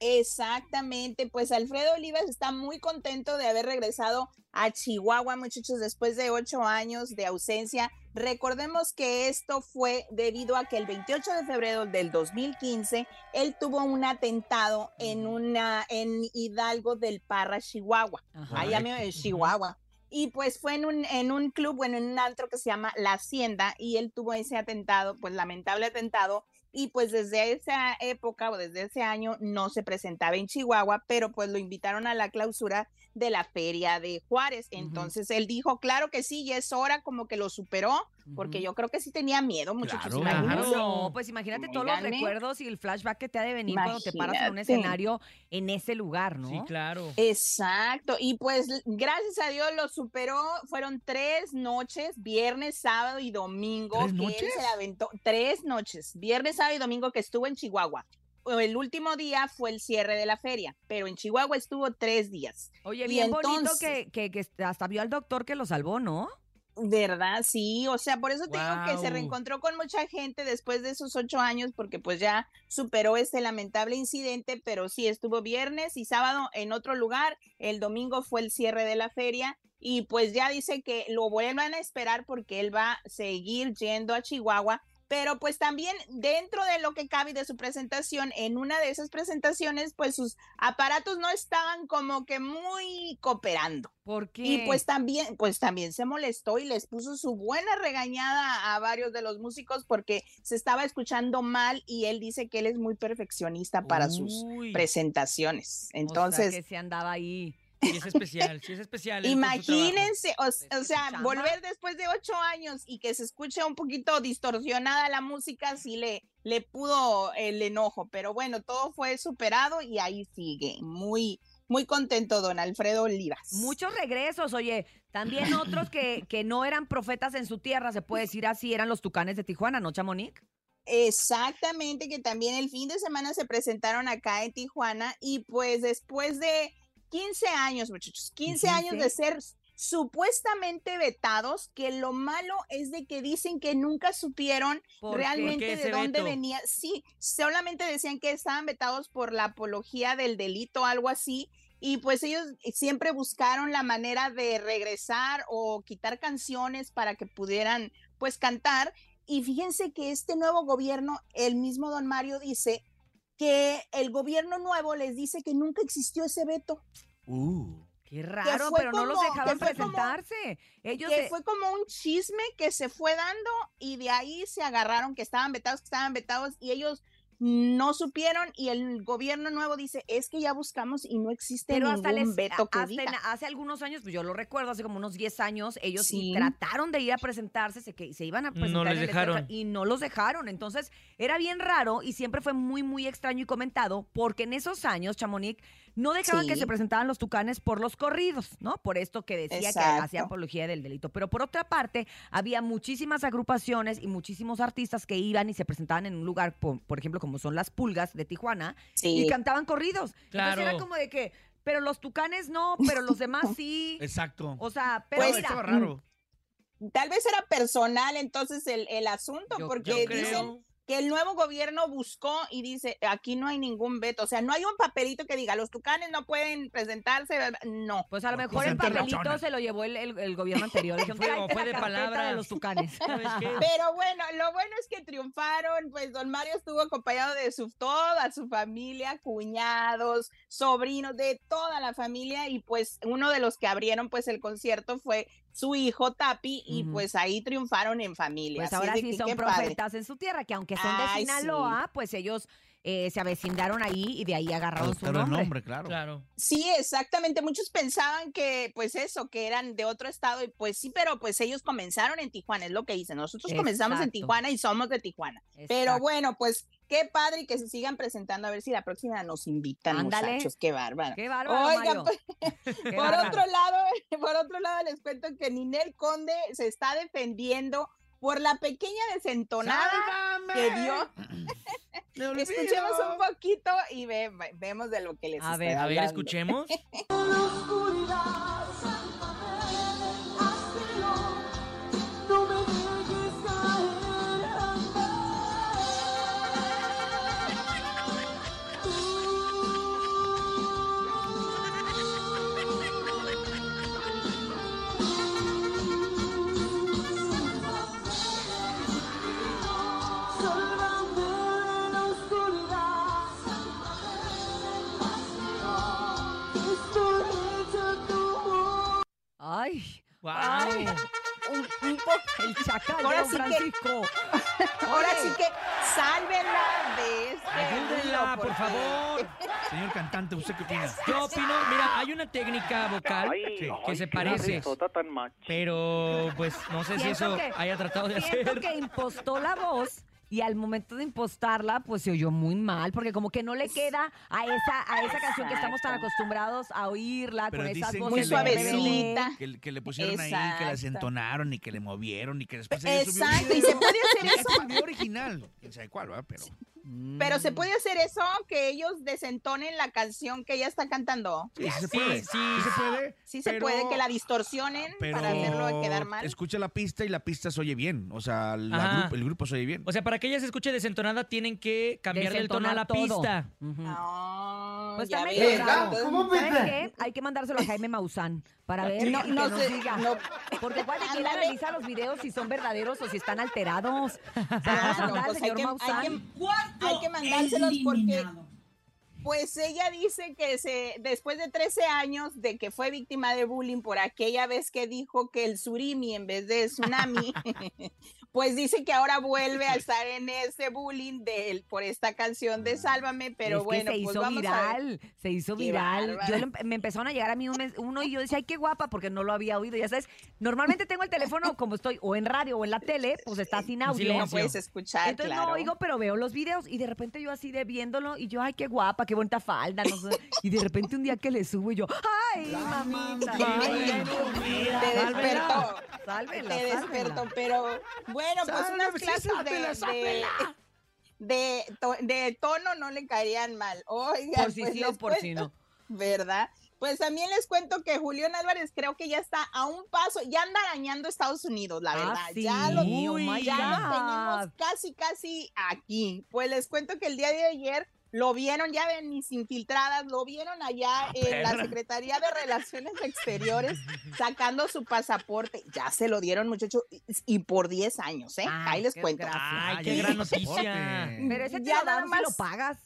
S15: Exactamente, pues Alfredo Olivas está muy contento de haber regresado a Chihuahua, muchachos, después de ocho años de ausencia. Recordemos que esto fue debido a que el 28 de febrero del 2015 él tuvo un atentado en una en Hidalgo del Parra, Chihuahua,
S8: Ajá.
S15: allá me- en Chihuahua. Y pues fue en un, en un club, bueno, en un antro que se llama La Hacienda, y él tuvo ese atentado, pues lamentable atentado, y pues desde esa época o desde ese año no se presentaba en Chihuahua, pero pues lo invitaron a la clausura de la feria de Juárez. Entonces él dijo, claro que sí, ya es hora, como que lo superó, porque yo creo que sí tenía miedo, muchachos. imagínense.
S7: No, pues imagínate todos los
S15: Óigame.
S7: recuerdos y el flashback que te ha de venir cuando te paras en un
S15: Imagínate.
S7: escenario en ese lugar, ¿no?
S5: Sí, claro.
S15: Exacto, y pues l- gracias a Dios lo superó, fueron tres noches, viernes, sábado y domingo,
S5: ¿Tres
S15: que él
S5: noches?
S15: se la aventó, tres noches, viernes, sábado y domingo que estuvo en Chihuahua. El último día fue el cierre de la feria, pero en Chihuahua estuvo tres días.
S7: Oye,
S15: Y
S7: bien bonito
S15: entonces-
S7: que, que- que hasta vio al doctor que lo salvó, ¿no?
S15: ¿Verdad? Sí, o sea, por eso te digo que se
S7: Guau.
S15: reencontró con mucha gente después de esos ocho años, porque pues ya superó este lamentable incidente, pero sí, estuvo viernes y sábado en otro lugar, el domingo fue el cierre de la feria y pues ya dice que lo vuelvan a esperar porque él va a seguir yendo a Chihuahua. Pero pues también dentro de lo que cabe de su presentación, en una de esas presentaciones, pues sus aparatos no estaban como que muy cooperando.
S7: ¿Por
S15: Y pues
S7: qué?
S15: también, pues también se molestó y les puso su buena regañada a varios de los músicos porque se estaba escuchando mal y él dice que él es muy perfeccionista para sus
S5: Uy.
S15: presentaciones.
S7: o
S15: Entonces,
S7: sea, que se andaba ahí.
S5: Sí es especial, sí es especial. él con su trabajo.
S15: imagínense, o,
S7: este,
S15: o sea,
S7: chamba.
S15: volver después de ocho años y que se escuche un poquito distorsionada la música, sí le, le pudo el enojo, pero bueno, todo fue superado y ahí sigue. Muy, muy contento, don Alfredo Olivas.
S7: Muchos regresos, oye, también otros que, que no eran profetas en su tierra, se puede decir así, eran los tucanes de Tijuana, ¿no, Chamonix?
S15: Eh, Exactamente, que también el fin de semana se presentaron acá en Tijuana y pues después de 15 años, muchachos, 15 años de ser supuestamente vetados, que lo malo es de que dicen que nunca supieron
S8: ¿Por qué? ¿Por qué
S15: realmente
S8: ese
S15: de dónde
S8: veto?
S15: venía. Sí, solamente decían que estaban vetados por la apología del delito, algo así. Y pues ellos siempre buscaron la manera de regresar o quitar canciones para que pudieran pues cantar. Y fíjense que este nuevo gobierno, el mismo don Mario dice que el gobierno nuevo les dice que nunca existió ese veto.
S7: Qué raro, pero no los dejaban presentarse. Ellos
S15: que
S7: se-
S15: fue como un chisme que se fue dando y de ahí se agarraron que estaban vetados, que estaban vetados y ellos no supieron y el gobierno nuevo dice, es que ya buscamos y no existe
S7: Pero
S15: ningún
S7: hasta, les-
S15: veto que
S7: hasta
S15: diga".
S7: en- hace algunos años, pues yo lo recuerdo, hace como unos 10 años, ellos sí
S15: Sí.
S7: trataron de ir a presentarse, se, que, se iban a
S5: No
S7: presentar. en
S5: les
S7: el Estadio
S5: dejaron.
S7: Azteca Y no los dejaron. Entonces, era bien raro y siempre fue muy, muy extraño y comentado, porque en esos años, Chamonix, no dejaban que
S15: Sí.
S7: se presentaran los tucanes por los corridos, ¿no? Por esto que decía que
S15: Exacto.
S7: hacía apología del delito. Pero por otra parte, había muchísimas agrupaciones y muchísimos artistas que iban y se presentaban en un lugar, por, por ejemplo, como son las pulgas de Tijuana,
S15: Sí.
S7: y cantaban corridos.
S5: Claro.
S7: Entonces era como de que, pero los tucanes no, pero los
S15: [laughs]
S7: demás sí.
S5: Exacto.
S7: O sea, pero
S15: Pues,
S7: mira,
S15: estaba raro. Tal vez era personal entonces el, el asunto, porque
S5: yo creo.
S15: dicen que el nuevo gobierno buscó y dice, aquí no hay ningún veto, o sea, no hay un papelito que diga, los tucanes no pueden presentarse, bla, bla". no.
S7: pues a lo mejor el
S5: Vicente
S7: papelito
S5: Lachona.
S7: se lo llevó el, el-
S5: [laughs]
S7: el
S15: [laughs]
S7: gobierno anterior. Dijeron,
S5: Fue-
S7: "Tráete
S5: fue
S7: la
S5: de
S7: carpeta
S5: palabra".
S7: de los tucanes.
S5: [laughs] ¿Sabes qué?
S15: Pero bueno, lo bueno es que triunfaron, pues don Mario estuvo acompañado de su, toda su familia, cuñados, sobrinos, de toda la familia y pues uno de los que abrieron pues el concierto fue su hijo Tapi y
S7: Ujú.
S15: pues ahí triunfaron en familia.
S7: Pues
S15: Así es
S7: ahora
S15: de
S7: sí
S15: que
S7: son
S15: qué padre.
S7: profetas en su tierra, que aunque son de
S15: Ay, sí.
S7: Sinaloa, pues ellos eh, se avecindaron ahí y de ahí agarraron su
S8: Adoptaron el
S7: nombre.
S8: nombre, claro.
S5: Claro.
S15: Sí, exactamente. Muchos pensaban que, pues eso, que eran de otro estado y pues sí, pero pues ellos comenzaron en Tijuana, es lo que dicen. Nosotros comenzamos en
S7: Exacto.
S15: Tijuana y somos de Tijuana.
S7: Exacto.
S15: Pero bueno, pues qué padre y que se sigan presentando a ver si la próxima nos invitan,
S7: Ándale.
S15: muchachos. Qué bárbaro.
S7: Qué bárbaro,
S15: Oigan,
S7: Mario.
S15: pues,
S5: [laughs]
S7: Qué
S15: por
S7: bárbaro.
S15: otro lado, [laughs] por otro lado les cuento que Ninel Conde se está defendiendo por la pequeña desentonada que dio.
S12: Me
S8: [laughs]
S12: olvido.
S15: [laughs] Escuchemos un poquito y ve- ve- vemos de lo que les
S5: A
S15: estoy
S5: ver, a ver,
S15: hablando.
S5: escuchemos.
S7: Ay,
S5: Guau.
S7: ay, un, un po- el chacal de
S15: Ahora
S7: Don
S15: sí que-
S7: Francisco.
S15: [laughs] Ahora sí que sálvenla de este.
S5: Ayúdenla,
S15: lío,
S5: por
S15: porque-
S5: favor.
S8: Señor cantante, ¿usted qué opina?
S5: Yo opino, mira, hay una técnica vocal que se parece, pero pues no sé si eso
S7: Siento que-
S5: haya tratado de
S7: Siento
S5: hacer.
S7: que impostó la voz y al momento de impostarla, pues se oyó muy mal, porque como que no le queda a esa, a esa canción que estamos tan
S15: Exacto.
S7: acostumbrados a oírla
S8: Pero
S7: Ah, con esas
S8: dicen
S7: voces
S8: que
S15: muy
S8: le
S15: suavecita.
S8: movieron, Que, que le pusieron ahí, que las
S15: Exacto.
S8: entonaron y que le movieron y que después Pues ella subió un
S15: Exacto, y se
S8: video.
S15: puede hacer
S8: Y [laughs]
S15: eso.
S8: este es el video original. Quién sabe cuál, ¿verdad? Pero.
S15: Pero se puede hacer eso que ellos desentonen la canción que ella está cantando.
S8: Sí, sí se puede.
S5: Sí, sí.
S8: se puede.
S15: Sí se
S8: pero-
S15: puede que la distorsionen
S8: Pero
S15: para hacerlo quedar mal.
S8: escucha la pista y la pista se oye bien. O sea, la
S5: Ajá.
S8: grupo- el grupo se oye bien.
S5: O sea, para que ella se escuche desentonada, tienen que cambiarle el tono a la
S7: Desentonar todo.
S5: pista.
S7: Ujú.
S15: No,
S7: Pues
S15: ya
S7: está
S15: ves.
S7: medio raro.
S15: Entonces,
S7: ¿Sabes qué? Hay que mandárselo a Jaime Maussan para ver
S15: No,
S7: y
S15: no
S7: que nos
S15: sé,
S7: diga.
S15: no.
S7: Porque acuérdate que él
S15: Ándale.
S7: analiza los videos si son verdaderos o si están alterados. Se lo vamos a
S15: Ah, no,
S7: mandar al
S15: pues hay
S7: señor
S15: que-
S7: Maussan.
S15: hay que- hay que mandárselos porque Pues ella dice que se, después de 13 años de que fue víctima de bullying por aquella vez que dijo que el surimi en vez de tsunami, [laughs] pues dice que ahora vuelve a estar en ese bullying de él por esta canción de Sálvame,
S7: Ah,
S15: pero
S7: Es que
S15: bueno,
S7: se
S15: pues
S7: hizo
S15: vamos a ver.
S7: viral, se hizo
S15: Qué
S7: viral.
S15: bárbara.
S7: Yo lo empe- me empezaron a llegar a mí un mes- uno y yo decía, ay, qué guapa, porque no lo había oído, ya sabes. Normalmente tengo el teléfono como estoy o en radio o en la tele, pues está sin audio.
S15: No puedes escuchar,
S7: Entonces
S15: claro.
S7: no oigo, pero veo los videos y de repente yo así de viéndolo y yo, ay, qué guapa, qué bonita falda, no sé. Y de repente un día que le subo y yo, ay, mamita,
S15: mamita. Te despertó.
S7: Sálvela,
S15: Te despertó, pero bueno, pues unas
S8: Sálveme, sí,
S15: clases
S8: sálvela,
S15: de- de,
S8: sálvela.
S15: de, to- de tono no le caerían mal. Oigan,
S7: Por si
S15: pues,
S7: sí o
S15: les
S7: por si
S15: cuento-
S7: no.
S15: [laughs] ¿Verdad? Pues también les cuento que Julián Álvarez creo que ya está a un paso, ya anda arañando Estados Unidos, la
S7: Ah,
S15: verdad.
S7: sí.
S15: Ya, lo,
S7: Oh, my
S15: ya lo
S7: God.
S15: tenemos casi, casi aquí. Pues les cuento que el día de ayer lo vieron, ya ven, mis infiltradas, lo vieron allá en la
S8: perra.
S15: Secretaría de Relaciones
S5: [laughs]
S15: Exteriores sacando su pasaporte. Ya se lo dieron, muchacho, y, y por 10 años, ¿eh?
S7: Ay,
S15: Ahí les
S7: qué
S15: cuento.
S7: gracia.
S5: Ay,
S8: Ay,
S5: qué
S8: el
S5: gran
S8: pasaporte.
S5: noticia.
S7: Pero ese te
S15: Ya
S7: lo dan
S15: nada
S7: si lo
S15: más-
S7: pagas.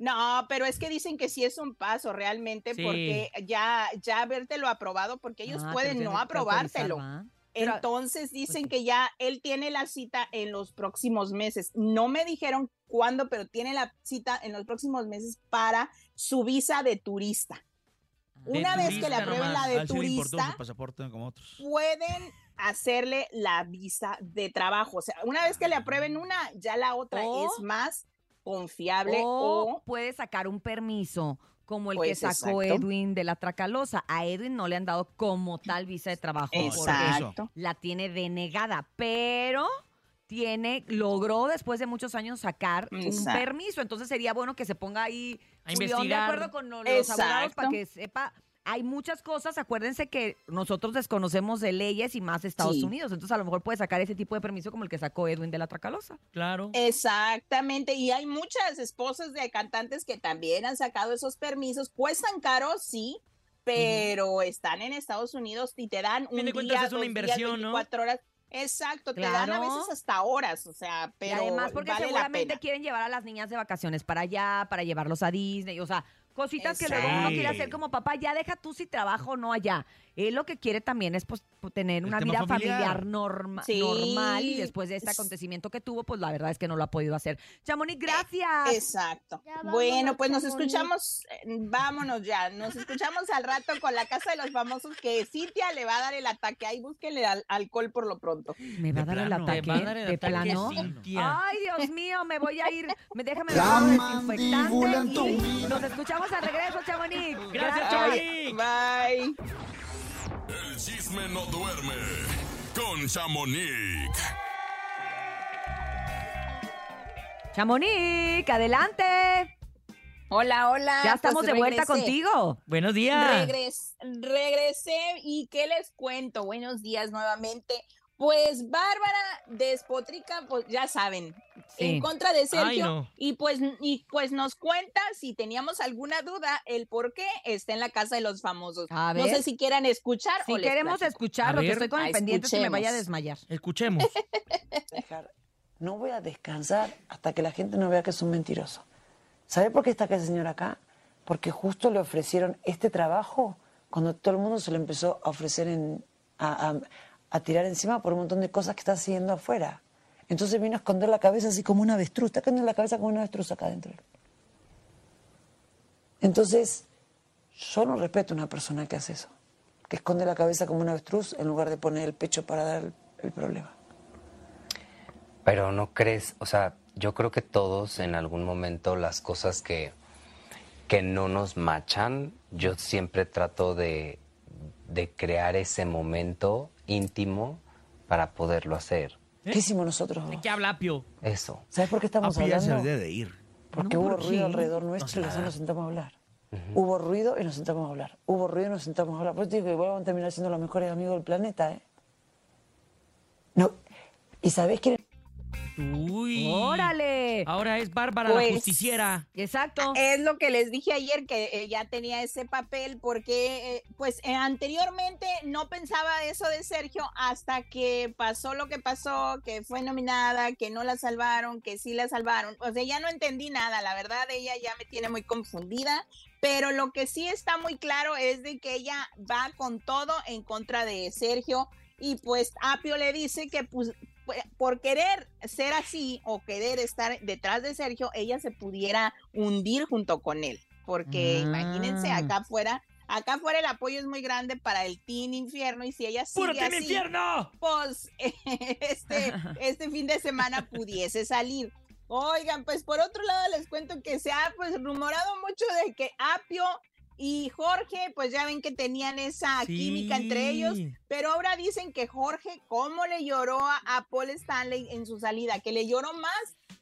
S15: No, pero es que dicen que sí es un paso realmente
S5: Sí.
S15: porque ya, ya habértelo aprobado, porque ellos
S5: Ah,
S15: pueden
S5: te lo tienen
S15: no
S5: que
S15: aprobártelo.
S5: autorizar, ¿va? Pero-
S15: Entonces dicen que ya él tiene la cita en los próximos meses. No me dijeron cuándo, pero tiene la cita en los próximos meses para su visa de turista.
S8: Ah. De
S15: Una vez que le
S8: turista
S15: aprueben
S8: nomás.
S15: la de
S8: Al ser importó
S15: turista,
S8: su pasaporte no como otros.
S15: pueden hacerle la visa de trabajo. O sea, una vez que
S8: Ah.
S15: le aprueben una, ya la otra
S7: O-
S15: es más confiable o
S7: O oh, puede sacar un permiso como el
S15: Pues,
S7: que sacó
S15: exacto.
S7: Edwin de la Tracalosa. A Edwin no le han dado como tal visa de trabajo porque
S15: Exacto.
S7: la tiene denegada, pero tiene logró después de muchos años sacar un
S15: Exacto.
S7: permiso. Entonces sería bueno que se ponga ahí
S5: A
S7: Julián, de
S5: investigar.
S7: acuerdo con lo- los abogados
S5: Exacto.
S7: para que sepa. Hay muchas cosas, acuérdense que nosotros desconocemos de leyes y más de Estados
S15: Sí.
S7: Unidos, entonces a lo mejor puede sacar ese tipo de permiso como el que sacó Edwin de la Tracalosa.
S5: Claro.
S15: Exactamente, y hay muchas esposas de cantantes que también han sacado esos permisos, cuestan caro, sí, pero están en Estados Unidos y te dan un
S5: de
S15: día,
S5: cuentas es una
S15: dos días,
S5: inversión, ¿no?
S15: 24 horas. Exacto, te dan a
S7: Claro.
S15: veces hasta horas, o sea,
S7: Y
S15: pero
S7: además porque
S15: vale la pena.
S7: seguramente quieren llevar a las niñas de vacaciones para allá, para llevarlos a Disney, o sea, cositas que luego uno
S15: Exacto.
S7: quiere hacer como papá, ya deja tú si trabajo o no allá. Él lo que quiere también es pues, po- tener una
S15: tema
S7: vida familiar,
S15: familiar.
S7: norma-
S15: Sí.
S7: normal y después de este acontecimiento que tuvo, pues la verdad es que no lo ha podido hacer. Chamonix, gracias.
S15: Eh, Exacto. Bueno, pues nos escuchamos, eh, vámonos ya, nos escuchamos al rato con la Casa de los Famosos que Cintia le va a dar el ataque, ahí búsquenle al- alcohol por lo pronto.
S7: Me va a dar el ataque
S5: va a dar el
S7: de
S5: ataque,
S7: plano.
S5: Cintia.
S7: Ay, Dios mío, me voy a ir. Me déjame
S5: La
S7: lavar el
S5: mandíbula en tu
S7: desinfectante. y Nos escuchamos al regreso, Chamonix.
S5: Gracias,
S2: Chamonix.
S15: Bye.
S2: El chisme no duerme con Chamonix.
S7: Chamonix, adelante.
S15: Hola, hola.
S7: Ya estamos de
S15: pues
S7: vuelta
S15: regresé.
S7: contigo.
S5: Buenos días.
S15: Regres- regresé y ¿qué les cuento? Buenos días nuevamente. Pues Bárbara despotrica, pues ya saben,
S5: Sí.
S15: en contra de Sergio.
S5: Ay, no.
S15: Y pues y pues nos cuenta si teníamos alguna duda el por qué está en la casa de los famosos.
S7: A
S15: No
S7: ver.
S15: sé si quieran escuchar
S7: Si
S15: o les
S7: queremos
S15: platico.
S7: escuchar,
S5: A
S7: lo que
S5: ver.
S7: estoy con el
S5: Ah,
S7: pendiente es que me
S15: escuchemos.
S7: vaya a desmayar.
S16: [laughs]
S5: Escuchemos.
S16: No voy a descansar hasta que la gente no vea que es un mentiroso. ¿Sabe por qué está aquel señor acá? Porque justo le ofrecieron este trabajo cuando todo el mundo se lo empezó a ofrecer, en, a, a- a tirar encima por un montón de cosas que está haciendo afuera. Entonces vino a esconder la cabeza así como una avestruz. Está escondiendo la cabeza como una avestruz acá adentro. Entonces, yo no respeto a una persona que hace eso. Que esconde la cabeza como una avestruz en lugar de poner el pecho para dar el-
S17: ¿Eh?
S16: el problema.
S17: Pero no crees, o sea, yo creo que todos en algún momento las cosas que, que no nos machan, yo siempre trato de, de crear ese momento íntimo para poderlo hacer.
S16: ¿Qué hicimos nosotros?
S5: ¿Qué habla, Pio?
S17: Eso.
S16: ¿Sabes por qué estamos
S17: Api ya se
S16: hablando?
S17: había
S8: de ir.
S16: Porque
S17: No,
S16: hubo
S17: ¿por
S16: ruido
S17: qué?
S16: alrededor
S17: O
S16: nuestro y
S17: sea-
S16: nosotros nos sentamos a hablar. Hubo ruido y nos sentamos a hablar. Hubo ruido y nos sentamos a hablar. Por eso te digo que igual vamos a terminar siendo los mejores amigos del planeta, ¿eh? No. ¿Y sabés quién?
S5: Uy.
S7: ¡Órale!
S5: Ahora es Bárbara
S15: Pues-
S5: la justiciera.
S7: Exacto.
S15: Es lo que les dije ayer que eh, ya tenía ese papel porque eh, pues eh, anteriormente no pensaba eso de Sergio hasta que pasó lo que pasó, que fue nominada, que no la salvaron, que sí la salvaron. O sea, ya no entendí nada, la verdad ella ya me tiene muy confundida, pero lo que sí está muy claro es de que ella va con todo en contra de Sergio y pues Apio le dice que pues pues, por querer ser así o querer estar detrás de Sergio, ella se pudiera hundir junto con él. Porque
S18: Ah.
S15: imagínense, acá afuera, acá afuera el apoyo es muy grande para el Team Infierno y si ella sigue
S5: ¡Puro Team
S15: así,
S5: Infierno!
S15: pues [laughs] este, este fin de semana pudiese salir. Oigan, pues por otro lado les cuento que se ha pues rumorado mucho de que Apio y Jorge, pues ya ven que tenían esa química entre ellos,
S5: Sí.
S15: pero ahora dicen que Jorge, ¿cómo le lloró a, a Paul Stanley en su salida? Que le lloró más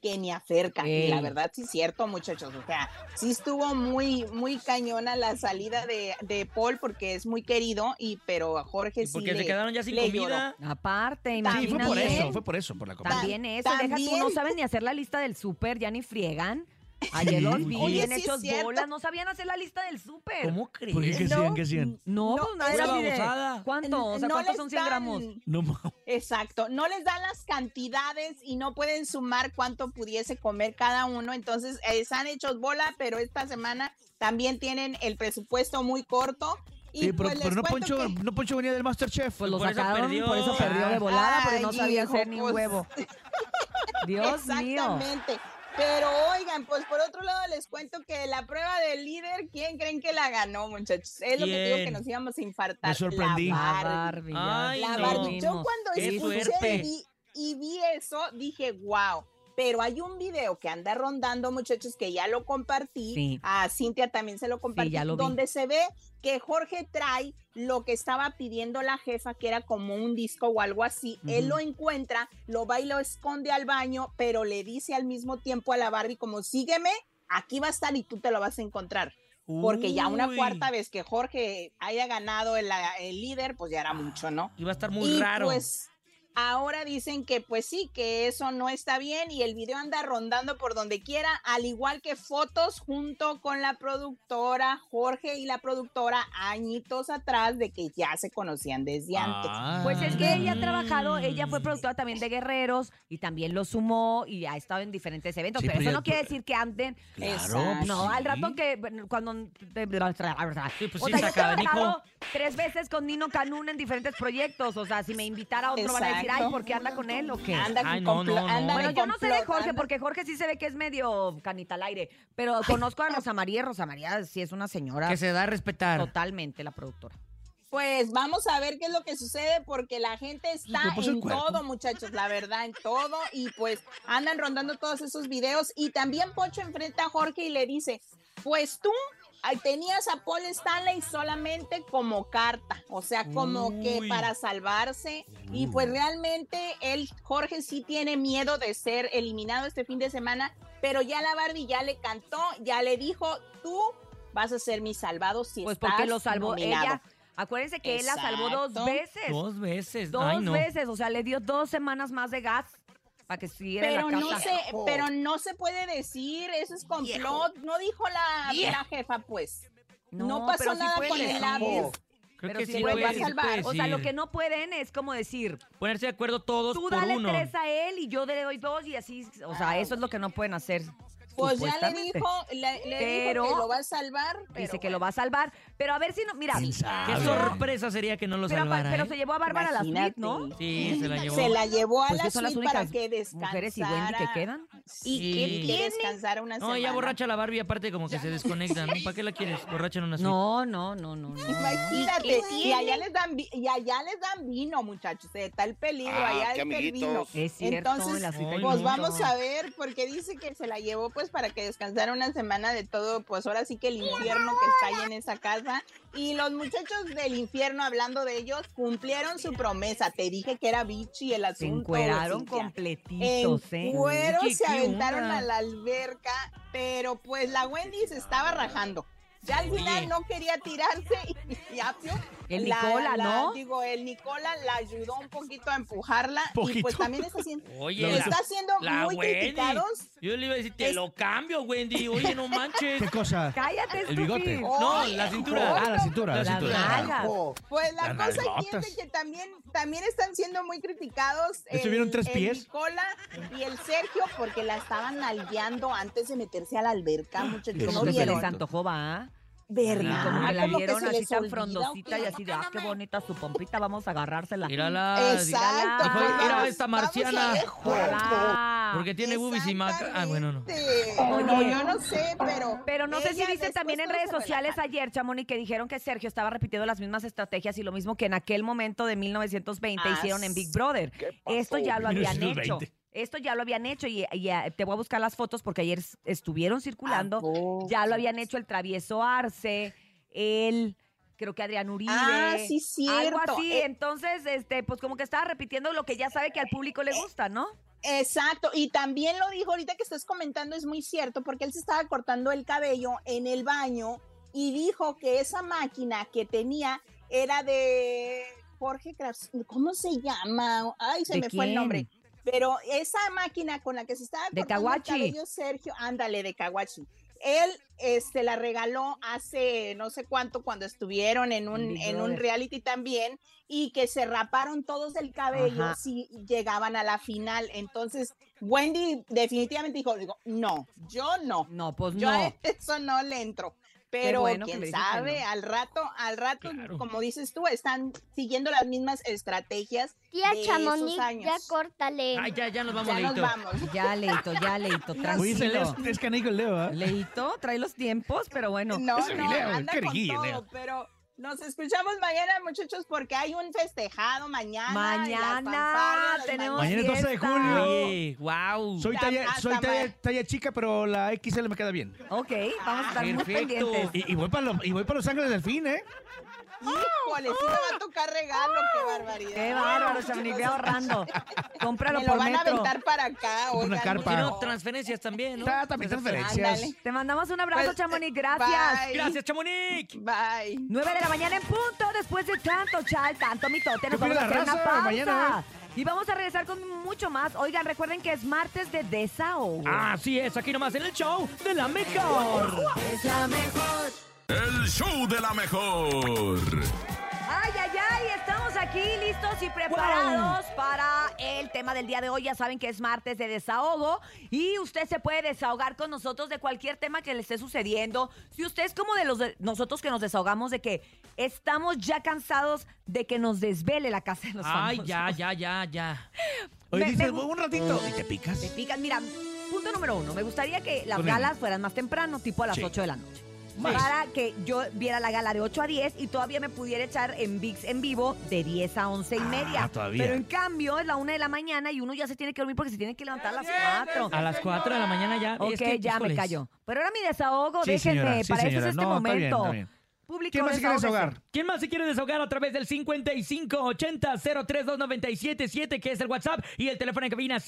S15: que ni a Ferca. Y
S7: Eh,
S15: la
S5: Ey.
S15: verdad, sí es cierto, muchachos. O sea, sí estuvo muy, muy cañona la salida de, de Paul porque es muy querido, y pero a Jorge sí.
S5: porque se
S15: le-
S5: quedaron ya sin
S15: le
S5: comida.
S15: lloró.
S7: Aparte,
S15: Sí,
S7: imagínate.
S8: Fue por eso, fue por eso, por la comida.
S7: También eso, deja tú,
S15: También.
S7: no saben ni hacer la lista del súper, ya ni friegan. Ayer los
S6: Sí,
S7: vi
S6: oye.
S7: bien
S6: Oye, sí
S7: hechos
S6: es cierto.
S7: bolas, no sabían hacer la lista del súper.
S5: ¿Cómo
S6: ¿Por
S5: crees?
S6: qué que
S7: No,
S6: cien, que cien?
S7: No, pues nadie
S15: era
S7: así de,
S15: babosada.
S7: ¿Cuánto? O sea,
S15: No
S7: ¿cuántos
S15: les
S7: son 100
S15: dan-
S7: gramos?
S6: No,
S7: [laughs]
S6: ma-
S15: Exacto, no les dan las cantidades y no pueden sumar cuánto pudiese comer cada uno, entonces eh, están hechos bola, pero esta semana también tienen el presupuesto muy corto. Y
S8: Eh, pero,
S15: pues
S8: pero
S15: les
S8: no,
S15: cuento
S8: Poncho,
S15: que-
S8: no Poncho venía del Masterchef. Pues
S7: lo sacaron, por eso perdió de volada, porque no
S15: Ay,
S7: sabía hacer
S15: hijo,
S7: ni un
S15: pues.
S7: huevo. Dios mío.
S15: Exactamente. Pero oigan, pues por otro lado les cuento que la prueba del líder, ¿quién creen que la ganó, muchachos? Es lo que te digo que
S5: ¿Quién?
S15: nos íbamos a infartar.
S5: Me sorprendí.
S15: La
S5: La Barbie,
S15: Barbie.
S5: ya. Ay,
S15: La
S5: no.
S15: Barbie. Yo
S5: Vimos.
S15: cuando
S5: Qué
S15: escuché
S5: suerte.
S15: y vi, y vi eso, dije, wow. Pero hay un video que anda rondando, muchachos, que ya lo compartí.
S7: Sí.
S15: A Cintia también se lo compartí.
S7: ya lo vi.
S15: donde se ve que Jorge trae lo que estaba pidiendo la jefa, que era como un disco o algo así. Él lo
S7: Ujú.
S15: encuentra, lo va y lo esconde al baño, pero le dice al mismo tiempo a la Barbie como sígueme, aquí va a estar y tú te lo vas a encontrar. Porque ya una
S5: Uy.
S15: cuarta vez que Jorge haya ganado el, el líder, pues ya era mucho, ¿no?
S5: Iba a estar muy
S15: Y,
S5: raro.
S15: Pues ahora dicen que pues sí, que eso no está bien y el video anda rondando por donde quiera, al igual que fotos junto con la productora Jorge y la productora añitos atrás de que ya se conocían desde antes.
S7: Pues es que ella ha trabajado, ella fue productora también de Guerreros y también lo sumó y ha estado en diferentes eventos,
S5: Sí,
S7: pero
S5: pero
S7: eso
S5: ya-
S7: no quiere decir que anden.
S5: Claro,
S7: Exacto.
S5: pues
S7: no, al
S5: sí.
S7: rato que cuando
S5: Sí, pues
S7: o
S5: sí,
S7: sea, yo he
S5: saca, Nico.
S7: trabajado tres veces con Nino Canún en diferentes proyectos, o sea, si me invitara a otro van a decir,
S15: Exacto.
S7: "Ay, ¿por qué anda con él o qué?"
S15: Anda
S5: Ay,
S15: con
S5: no, no,
S15: complo-
S5: no.
S15: anda
S7: Bueno,
S15: de
S7: yo no sé de
S15: complot,
S7: Jorge,
S15: anda-
S7: porque Jorge sí se ve que es medio canita al aire, pero conozco a Rosa María, y Rosa María sí es una señora.
S5: Que se da a respetar.
S7: Totalmente la productora.
S15: Pues vamos a ver qué es lo que sucede porque la gente está
S7: Yo puse el
S15: en
S7: cuerpo.
S15: todo, muchachos, la verdad, en todo. Y pues andan rondando todos esos videos. Y también Pocho enfrenta a Jorge y le dice, pues tú ay, tenías a Paul Stanley solamente como carta, o sea, como que
S5: Uy.
S15: para salvarse.
S7: Mm.
S15: Y pues realmente él, Jorge, sí tiene miedo de ser eliminado este fin de semana, pero ya la Barbie ya le cantó, ya le dijo, tú vas a ser mi salvado si
S7: Pues
S15: estás
S7: porque lo salvó
S15: nominado".
S7: ella. Acuérdense que él la salvó dos
S15: Exacto.
S7: veces.
S5: Dos veces.
S7: Dos
S5: Ay, no.
S7: veces, o sea, le dio dos semanas más de gas para que siguiera en
S15: pero
S7: la
S15: no
S7: casa.
S15: se pero no se puede decir eso es complot no dijo la,
S7: Viejo.
S15: la jefa pues
S7: No,
S15: no, pasó
S7: pero sí
S15: nada
S7: puede
S15: con
S7: decir.
S15: el labio
S5: Creo
S7: pero
S5: que
S7: sí
S5: sí
S7: lo
S5: puede
S7: va a
S5: decir,
S7: salvar.
S5: puede
S7: O sea, lo
S5: decir.
S7: que no pueden es como decir,
S5: Ponerse de acuerdo todos
S7: tú
S5: por
S7: dale
S5: uno.
S7: tres a él y yo le doy dos y así, o sea, eso es lo que no pueden hacer.
S15: pues ya le
S7: supuestamente.
S15: dijo le, le
S7: Pero-
S15: dijo que lo va a salvar pero
S7: Dice que lo va a salvar, pero a ver si no, Ah, mira.
S5: Qué sorpresa sería que no lo
S7: Pero, pa-
S5: salvara.
S7: pero
S5: ¿eh?
S7: se llevó a Bárbara a la suite, ¿no?
S5: Sí, se la llevó.
S15: se la llevó a
S7: Pues
S15: la
S7: que son las
S15: suite para
S7: únicas
S15: que
S7: mujeres y Wendy que
S15: descansara.
S7: quedan.
S15: y que-
S5: Sí.
S15: que, descansara una
S5: No, ya
S15: semana.
S5: borracha la Barbie, aparte como que se desconectan. ¿Para qué la quieres? Borracha en una suite.
S7: No, no, no, no.
S15: Imagínate,
S7: ¿Y qué
S15: y allá
S7: tiene?
S15: les dan vi- y allá les dan vino, muchachos, eh, está el peligro,
S7: Ah,
S15: allá
S7: qué
S15: está el vino.
S7: amiguitos. Es cierto,
S15: Entonces,
S7: la cita
S15: pues
S7: hay mucho.
S15: vamos a ver, porque dice que se la llevó pues para que descansara una semana de todo, pues ahora sí que el infierno que está ahí en esa casa. Y los muchachos del infierno, hablando de ellos, cumplieron su promesa. Te dije que era bichi el
S7: Se
S15: asunto.
S7: encueraron
S15: Cintia.
S7: completitos, ¿eh?
S15: pues, En cuero
S7: Oye,
S15: se
S7: ¿qué
S15: aventaron
S7: onda?
S15: a la alberca, pero pues la Wendy se estaba rajando. Ya al final no quería tirarse y, y apio,
S7: El
S15: la-
S7: Nicola,
S15: la-
S7: ¿no?
S15: Digo, el Nicola la ayudó un poquito a empujarla y pues
S5: Poquito.
S15: también está haciendo,
S5: Oye,
S15: está siendo
S5: la
S15: muy
S5: Wendy.
S15: criticados.
S5: Yo le iba a decir, te lo cambio, Wendy. Oye, no manches.
S8: ¿Qué cosa?
S7: Cállate,
S8: El bigote.
S5: No, la cintura.
S8: Ah, la cintura.
S5: La cintura.
S15: Pues la
S8: Las
S15: cosa aquí es
S8: nalgotas.
S15: de que también, también están siendo muy criticados.
S8: ¿Les tuvieron tres
S15: el
S8: pies?
S15: Nicola y el Sergio porque la estaban nalgueando antes de meterse a la
S8: Ah,
S15: alberca, muchachos.
S7: Como
S15: ¿No
S7: que se
S15: vieron?
S7: les antojó, va.
S15: Este ¿Verdad?
S7: Como que la
S15: Como que
S7: vieron
S15: se
S7: así
S15: les
S7: tan
S15: olvida,
S7: frondosita y así de, ah, qué bonita su pompita, vamos a agarrársela.
S5: Mírala.
S15: Exacto,
S5: Ah, Dijo,
S15: pues,
S5: mira
S15: vamos-
S5: esta
S15: vamos a
S5: marciana.
S15: ver
S7: Ojalá.
S5: Porque tiene boobies y maca. Ah, bueno, no.
S15: Sí. Bueno,
S7: Oye.
S15: yo no sé, pero.
S7: Pero no sé si
S15: ella
S7: viste
S15: después
S7: también en
S15: todo
S7: redes
S15: se
S7: sociales ayer, Chamoni, que dijeron que Sergio estaba repitiendo las mismas estrategias y lo mismo que en aquel momento de 1920
S15: Ah,
S7: hicieron en Big Brother. Esto ya lo habían hecho.
S6: 1920.
S7: Esto ya lo habían hecho y, y, ah, te voy a buscar las fotos porque ayer s- estuvieron
S15: Ah,
S7: circulando. Ya lo habían hecho el travieso Arce, él, creo que Adrián Uribe.
S15: Ah, sí,
S7: Algo
S15: cierto.
S7: así.
S15: Eh,
S7: Entonces, este, pues como que estaba repitiendo lo que ya sabe que al público le gusta, ¿no?
S15: Eh, Exacto, y también lo dijo ahorita que estás comentando, es muy cierto, porque él se estaba cortando el cabello en el baño y dijo que esa máquina que tenía era de Jorge Kras- ¿cómo se llama? Ay, se
S7: ¿De
S15: me fue el
S7: quién?
S15: nombre. Pero esa máquina con la que se estaba
S7: De
S15: cortando el
S7: Kawachi.
S15: cabello, Sergio, ándale, de Kawachi. Él este, la regaló hace no sé cuánto cuando estuvieron en un,
S7: Big
S15: en un
S7: Brother.
S15: reality también y que se raparon todos del cabello
S7: Ajá.
S15: si llegaban a la final. Entonces, Wendy definitivamente dijo, digo, no, yo no.
S7: No, pues
S15: yo
S7: no.
S15: a [laughs] eso no le entro. Pero
S7: bueno que le
S15: quién
S7: dijo que
S15: sabe,
S7: no.
S15: al rato, al rato, como dices tú, están siguiendo las mismas estrategias
S11: Tía
S15: de esos
S11: Chamonix,
S15: años.
S11: ya córtale.
S5: Ay, ya, ya nos vamos,
S15: Ya nos
S5: Leito.
S15: vamos.
S7: Ya, Leito, ya,
S15: [laughs]
S7: Leito, tranquilo.
S8: es canico el Leo, ¿ah?
S7: Leito, trae los tiempos, pero bueno.
S15: No,
S8: Ese
S15: no,
S8: video,
S15: anda
S8: qué
S15: con
S8: orgullo,
S15: todo,
S8: Leo.
S15: pero nos escuchamos mañana, muchachos, porque hay un festejado mañana. y las
S7: Mañana
S15: fanfarrias, las
S7: tenemos
S8: Mañana es 12 de
S7: fiesta.
S8: julio.
S5: Oye, wow.
S8: Soy,
S15: Ya
S8: talla,
S15: basta,
S8: soy talla,
S15: Mar.
S8: talla chica, pero la XL me queda bien.
S7: Ok, vamos a estar muy
S5: Perfecto.
S7: pendientes.
S8: Y, y voy para los, y voy para los Ángeles del Fin, ¿eh?
S15: Híjole, sí me va a tocar regalo, qué barbaridad.
S7: Qué bárbaro, Chamonix, ve ahorrando. Cómpralo
S15: Me lo
S7: por
S15: van a
S7: metro.
S15: aventar para acá.
S8: Una
S15: oigan,
S8: carpa.
S15: por
S8: Quiero
S5: No,
S15: favor.
S5: transferencias también, ¿no?
S8: Ah, también transferencias.
S15: Ándale.
S7: Te mandamos un abrazo,
S15: Pues,
S7: Chamonix,
S15: eh,
S7: gracias.
S15: bye.
S5: Gracias, Chamonix.
S15: Bye.
S7: 9 de la mañana en punto, después de tanto chal, tanto mitote, nos
S8: ¿Qué opina
S7: vamos a
S8: la
S7: hacer una
S8: raza?
S7: pausa.
S8: Mañana, ¿eh?
S7: Y vamos a regresar con mucho más. Oigan, recuerden que es martes de desahogo.
S8: Ah,
S5: Así es, aquí nomás en el show de la mejor.
S7: Es la mejor.
S2: El show de la mejor.
S7: Ay, ay, ay, estamos aquí listos y preparados para el tema del día de hoy. Ya saben que es martes de desahogo y usted se puede desahogar con nosotros de cualquier tema que le esté sucediendo. Si usted es como de los de nosotros que nos desahogamos de que estamos ya cansados de que nos desvele la casa de los
S5: Ay,
S7: famosos.
S5: ya, ya, ya, ya.
S8: Oye,
S7: Me-
S8: dices,
S7: me gu-
S8: un ratito. Y te picas.
S7: Te pican. Mira, punto número uno. Me gustaría que las
S8: Con el-
S7: galas fueran más temprano, tipo a las
S8: Sí.
S7: 8 de la noche.
S8: Más.
S7: Para que yo viera la gala de 8 a 10 y todavía me pudiera echar en VIX en vivo de 10 a 11 y media.
S8: Ah, todavía.
S7: Pero en cambio es la 1 de la mañana y uno ya se tiene que dormir porque se tiene que levantar a las 4.
S5: A las 4 de la mañana ya.
S7: Ok,
S5: es que,
S7: ya me
S5: híjoles.
S7: callo. Pero era mi desahogo,
S8: Sí,
S7: déjenme.
S8: señora, sí,
S7: para eso
S8: señora.
S7: es este
S8: No, está bien,
S7: momento.
S8: está bien.
S7: Público,
S8: ¿Quién más se quiere
S7: desahógese.
S8: desahogar?
S5: ¿Quién más se quiere desahogar a través del 5580-032977, que es el WhatsApp, y el teléfono en cabina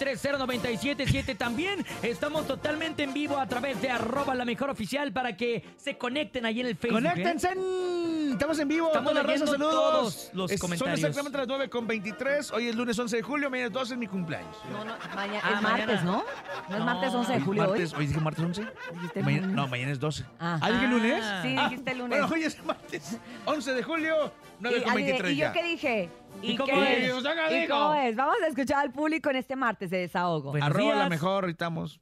S5: 5552-630977? También estamos totalmente en vivo a través de arroba la mejor oficial para que se conecten ahí en el Facebook. ¿eh?
S8: Conéctense. Estamos en vivo.
S5: Estamos
S8: Toda la raza,
S5: leyendo todos
S8: saludos.
S5: los
S8: Son
S5: comentarios.
S8: exactamente las 9 con 23. Hoy es lunes 11 de julio. Mañana 12 es mi cumpleaños.
S7: No, no, maña-
S5: Ah,
S7: es martes,
S5: mañana.
S7: ¿no? No es
S5: No.
S7: martes 11 de julio
S8: martes,
S7: hoy.
S8: hoy. dije martes 11.
S7: Dijiste
S8: Mañana-
S7: lunes.
S8: no, mañana es 12.
S7: Ah.
S8: ¿Ah, dije lunes?
S7: Sí,
S8: Ah,
S7: dijiste lunes.
S8: Bueno, hoy es martes 11 de julio, 9
S7: Y,
S8: con
S7: ah, dije,
S8: 23
S7: ¿y
S8: ya.
S7: yo qué dije?
S5: ¿Y cómo
S7: qué
S5: es?
S8: Yo ya
S7: ¿Y
S8: digo.
S7: cómo es? Vamos a escuchar al público en este martes de desahogo.
S5: Buenos
S8: Arroba la
S5: días.
S8: mejor, gritamos.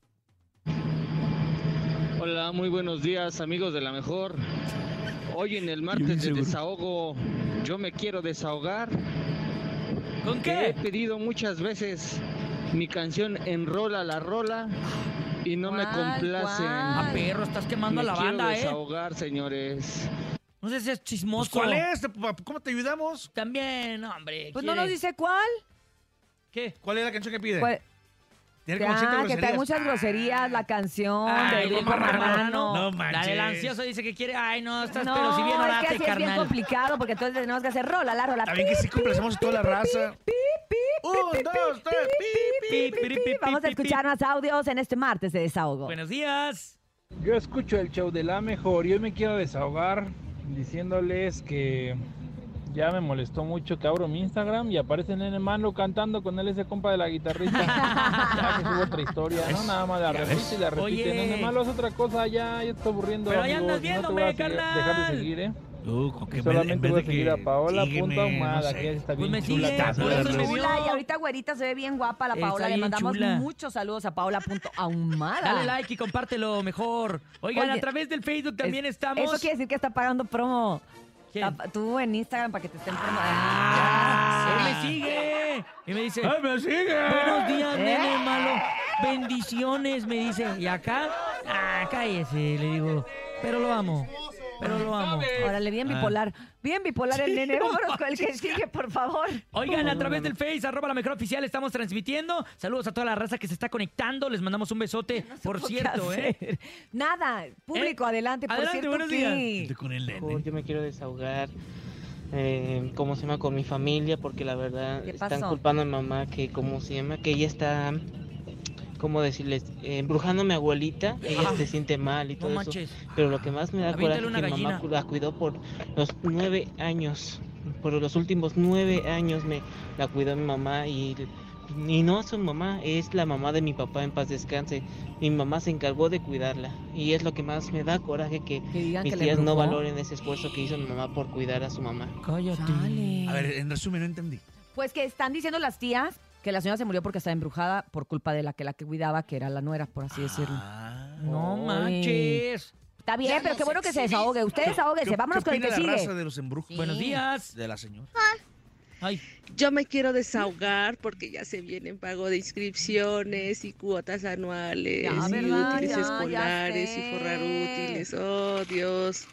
S13: Hola, muy buenos días amigos de la mejor. Hoy en el martes de desahogo, yo me quiero desahogar.
S5: ¿Con
S13: que He
S5: qué?
S13: pedido muchas veces mi canción Enrola la Rola y no me
S7: ¿Cuál,
S13: complacen.
S7: cuál?
S5: Ah, perro, estás quemando
S13: me
S5: a la
S13: quiero
S5: banda, ¿eh?
S13: desahogar, señores.
S5: No sé si es chismoso.
S8: Pues, ¿Cuál es? ¿Te- pa- ¿Cómo te ayudamos?
S5: También, hombre.
S7: Pues no
S5: ¿quiere?
S7: nos dice cuál.
S5: ¿Qué?
S8: ¿Cuál es la canción que pide?
S7: ¿Cuál?
S8: Tiene como siete
S7: Ya, que trae
S8: groserías.
S7: muchas groserías la canción
S5: Ay,
S7: del grupo
S5: Grupo
S7: Marrano.
S8: No
S5: Ah, La del
S8: manches.
S5: ansioso dice que quiere. Ay, no, estás
S7: No,
S5: pero si bien orate,
S7: es que así es bien
S5: carnal.
S7: complicado porque entonces tenemos que hacer rola, la rola.
S8: Está bien que sí complacemos a toda la raza. Un, dos, tres, pi,
S5: Pi,
S8: pi.
S5: pi, pi, pi,
S7: Vamos a
S5: pi, pi.
S7: escuchar más audios en este martes de desahogo.
S5: Buenos días.
S18: Yo escucho el show de la mejor y hoy me quiero desahogar diciéndoles que ya me molestó mucho que abro mi Instagram y aparece Nene Mano cantando con él ese compa de
S5: [laughs]
S18: la guitarrista. ya que subo otra historia, ¿no? Nada más la
S8: ¿Ya
S18: repite
S8: ves?
S18: y la repite.
S5: Oye.
S18: Nene Malo es otra cosa, ya, ya te está aburriendo.
S5: Pero ahí andas
S18: amigos, no te
S5: viéndome,
S18: voy a seguir- dejar
S5: carnal.
S18: de seguir, ¿eh?
S8: Uh, con que en vez-
S18: Solamente
S8: en vez
S18: voy a
S8: de
S18: seguir
S8: que-
S18: a Paola
S8: sígueme,
S18: Punta Humada,
S8: no sé.
S18: que ella está
S5: Pues
S18: bien
S5: me
S18: chula.
S5: sigue,
S8: está
S5: por
S8: buena
S5: eso me
S8: rola.
S5: vio.
S7: Chula, y ahorita güerita se ve bien guapa la
S5: Está
S7: Paola. Le
S5: bien
S7: mandamos
S5: chula.
S7: muchos saludos a paola.ahumada.
S5: Dale like y compártelo mejor. Oigan,
S7: Oye,
S5: a través del Facebook también
S7: Es-
S5: estamos.
S7: Eso quiere decir que está pagando promo.
S5: ¿Quién?
S7: Está- tú en Instagram para que te estén promo.
S5: Ah, él me sigue. Y me dice,
S8: ¡Ay, me sigue!
S5: buenos días,
S7: ¿Eh?
S5: nene malo. Bendiciones, me dice. ¿Y acá? Ah, cállese, le digo. Pero lo amo. Pero lo amo.
S7: Órale, bien
S5: Ah.
S7: bipolar. Bien bipolar el nene. Vámonos con el que sigue, por favor.
S5: Oigan, a través del Face, arroba la mejor oficial, estamos transmitiendo. Saludos a toda la raza que se está conectando. Les mandamos un besote, por cierto, ¿eh?
S7: Nada, público, adelante, por
S5: Adelante,
S7: cierto.
S5: buenos
S7: que-
S5: días.
S8: Con el
S19: Mejor
S8: nene.
S19: yo me quiero desahogar, eh, ¿cómo se llama? Con mi familia, porque la verdad
S7: ¿Qué
S19: están
S7: pasó?
S19: culpando a mi mamá que, ¿cómo se llama? Que ella está, ¿cómo decirles? Eh, embrujando a mi abuelita, ella se siente mal
S5: Ah.
S19: y
S5: No
S19: todo eso.
S5: manches.
S19: Pero lo que más me da coraje
S5: Aviéntale
S19: es que
S5: una
S19: mi mamá
S5: gallina.
S19: cu- la cuidó por los nueve años. por los últimos nueve años me la cuidó mi mamá y, y no su mamá, es la mamá de mi papá en paz descanse. Mi mamá se encargó de cuidarla y es lo que más me da coraje que,
S7: digan
S19: mis
S7: que le
S19: tías no
S7: embrujó.
S19: valoren ese esfuerzo que hizo mi mamá por cuidar a su mamá.
S6: A ver, en resumen, no entendí.
S7: Pues que están diciendo las tías que la señora se murió porque estaba embrujada por culpa de la que la que cuidaba, que era la nuera, por así decirlo.
S5: Ah, No manches.
S7: Está bien,
S5: Ya
S7: pero
S5: nos
S7: qué bueno que se
S5: exhibiste.
S7: desahogue. Usted desahóguese.
S6: ¿Qué-
S7: Vámonos
S6: qué
S7: con el que
S6: opina la raza
S7: sigue.
S6: de los embrujos?
S5: Buenos días.
S6: De la señora.
S20: Yo me quiero desahogar porque ya se vienen pago de inscripciones y cuotas anuales
S21: Ya,
S20: y
S21: ¿verdad?
S20: útiles
S21: Ya, ya
S20: escolares y forrar
S21: sé.
S20: útiles. Oh, Dios.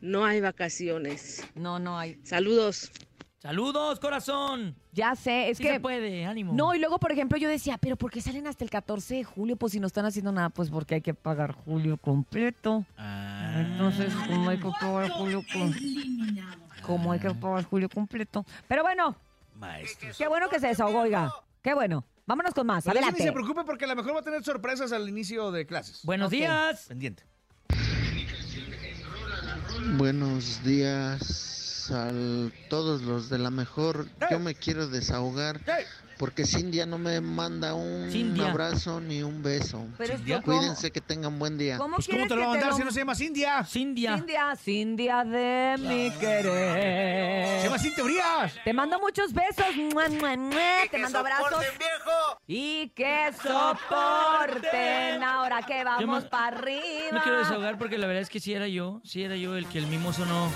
S20: No hay vacaciones.
S7: No, no hay.
S20: Saludos.
S5: Saludos, corazón.
S7: Ya sé, es
S5: Sí
S7: que...
S5: se puede, ánimo.
S7: No, y luego, por ejemplo, yo decía, pero ¿por qué salen hasta el 14 de julio? Pues si no están haciendo nada, pues porque hay que pagar julio completo.
S5: Ah.
S7: Entonces, ¿cómo hay que pagar julio completo? ¿Cómo hay que pagar julio completo? Pero bueno, qué bueno que se desahogó, oiga. Qué bueno. Vámonos con más.
S8: Pero eso Pues ni
S7: Adelante.
S8: se preocupe porque a lo mejor va a tener sorpresas al inicio de clases.
S5: Buenos días.
S8: Pendiente.
S22: Buenos días a todos los de la mejor. Yo me quiero desahogar porque Cindia no me manda un
S8: Cindia.
S22: abrazo ni un beso.
S7: Pero esto ¿Cindia? ¿cómo?
S22: Cuídense que tengan buen día.
S7: ¿Cómo Pues, ¿cómo quieres te lo va a que te mandar lo- si no
S8: se llama Cindia?
S5: Cindia.
S7: Cindia, Cindia de mi querer.
S8: Se llama Cintia Urias.
S7: Te mando muchos besos. Mua, mua, mua. Te mando abrazos. Y que soporten ahora que vamos
S5: me-
S7: para arriba.
S5: Me quiero desahogar porque la verdad es que si era yo, si era yo el que el mimoso no.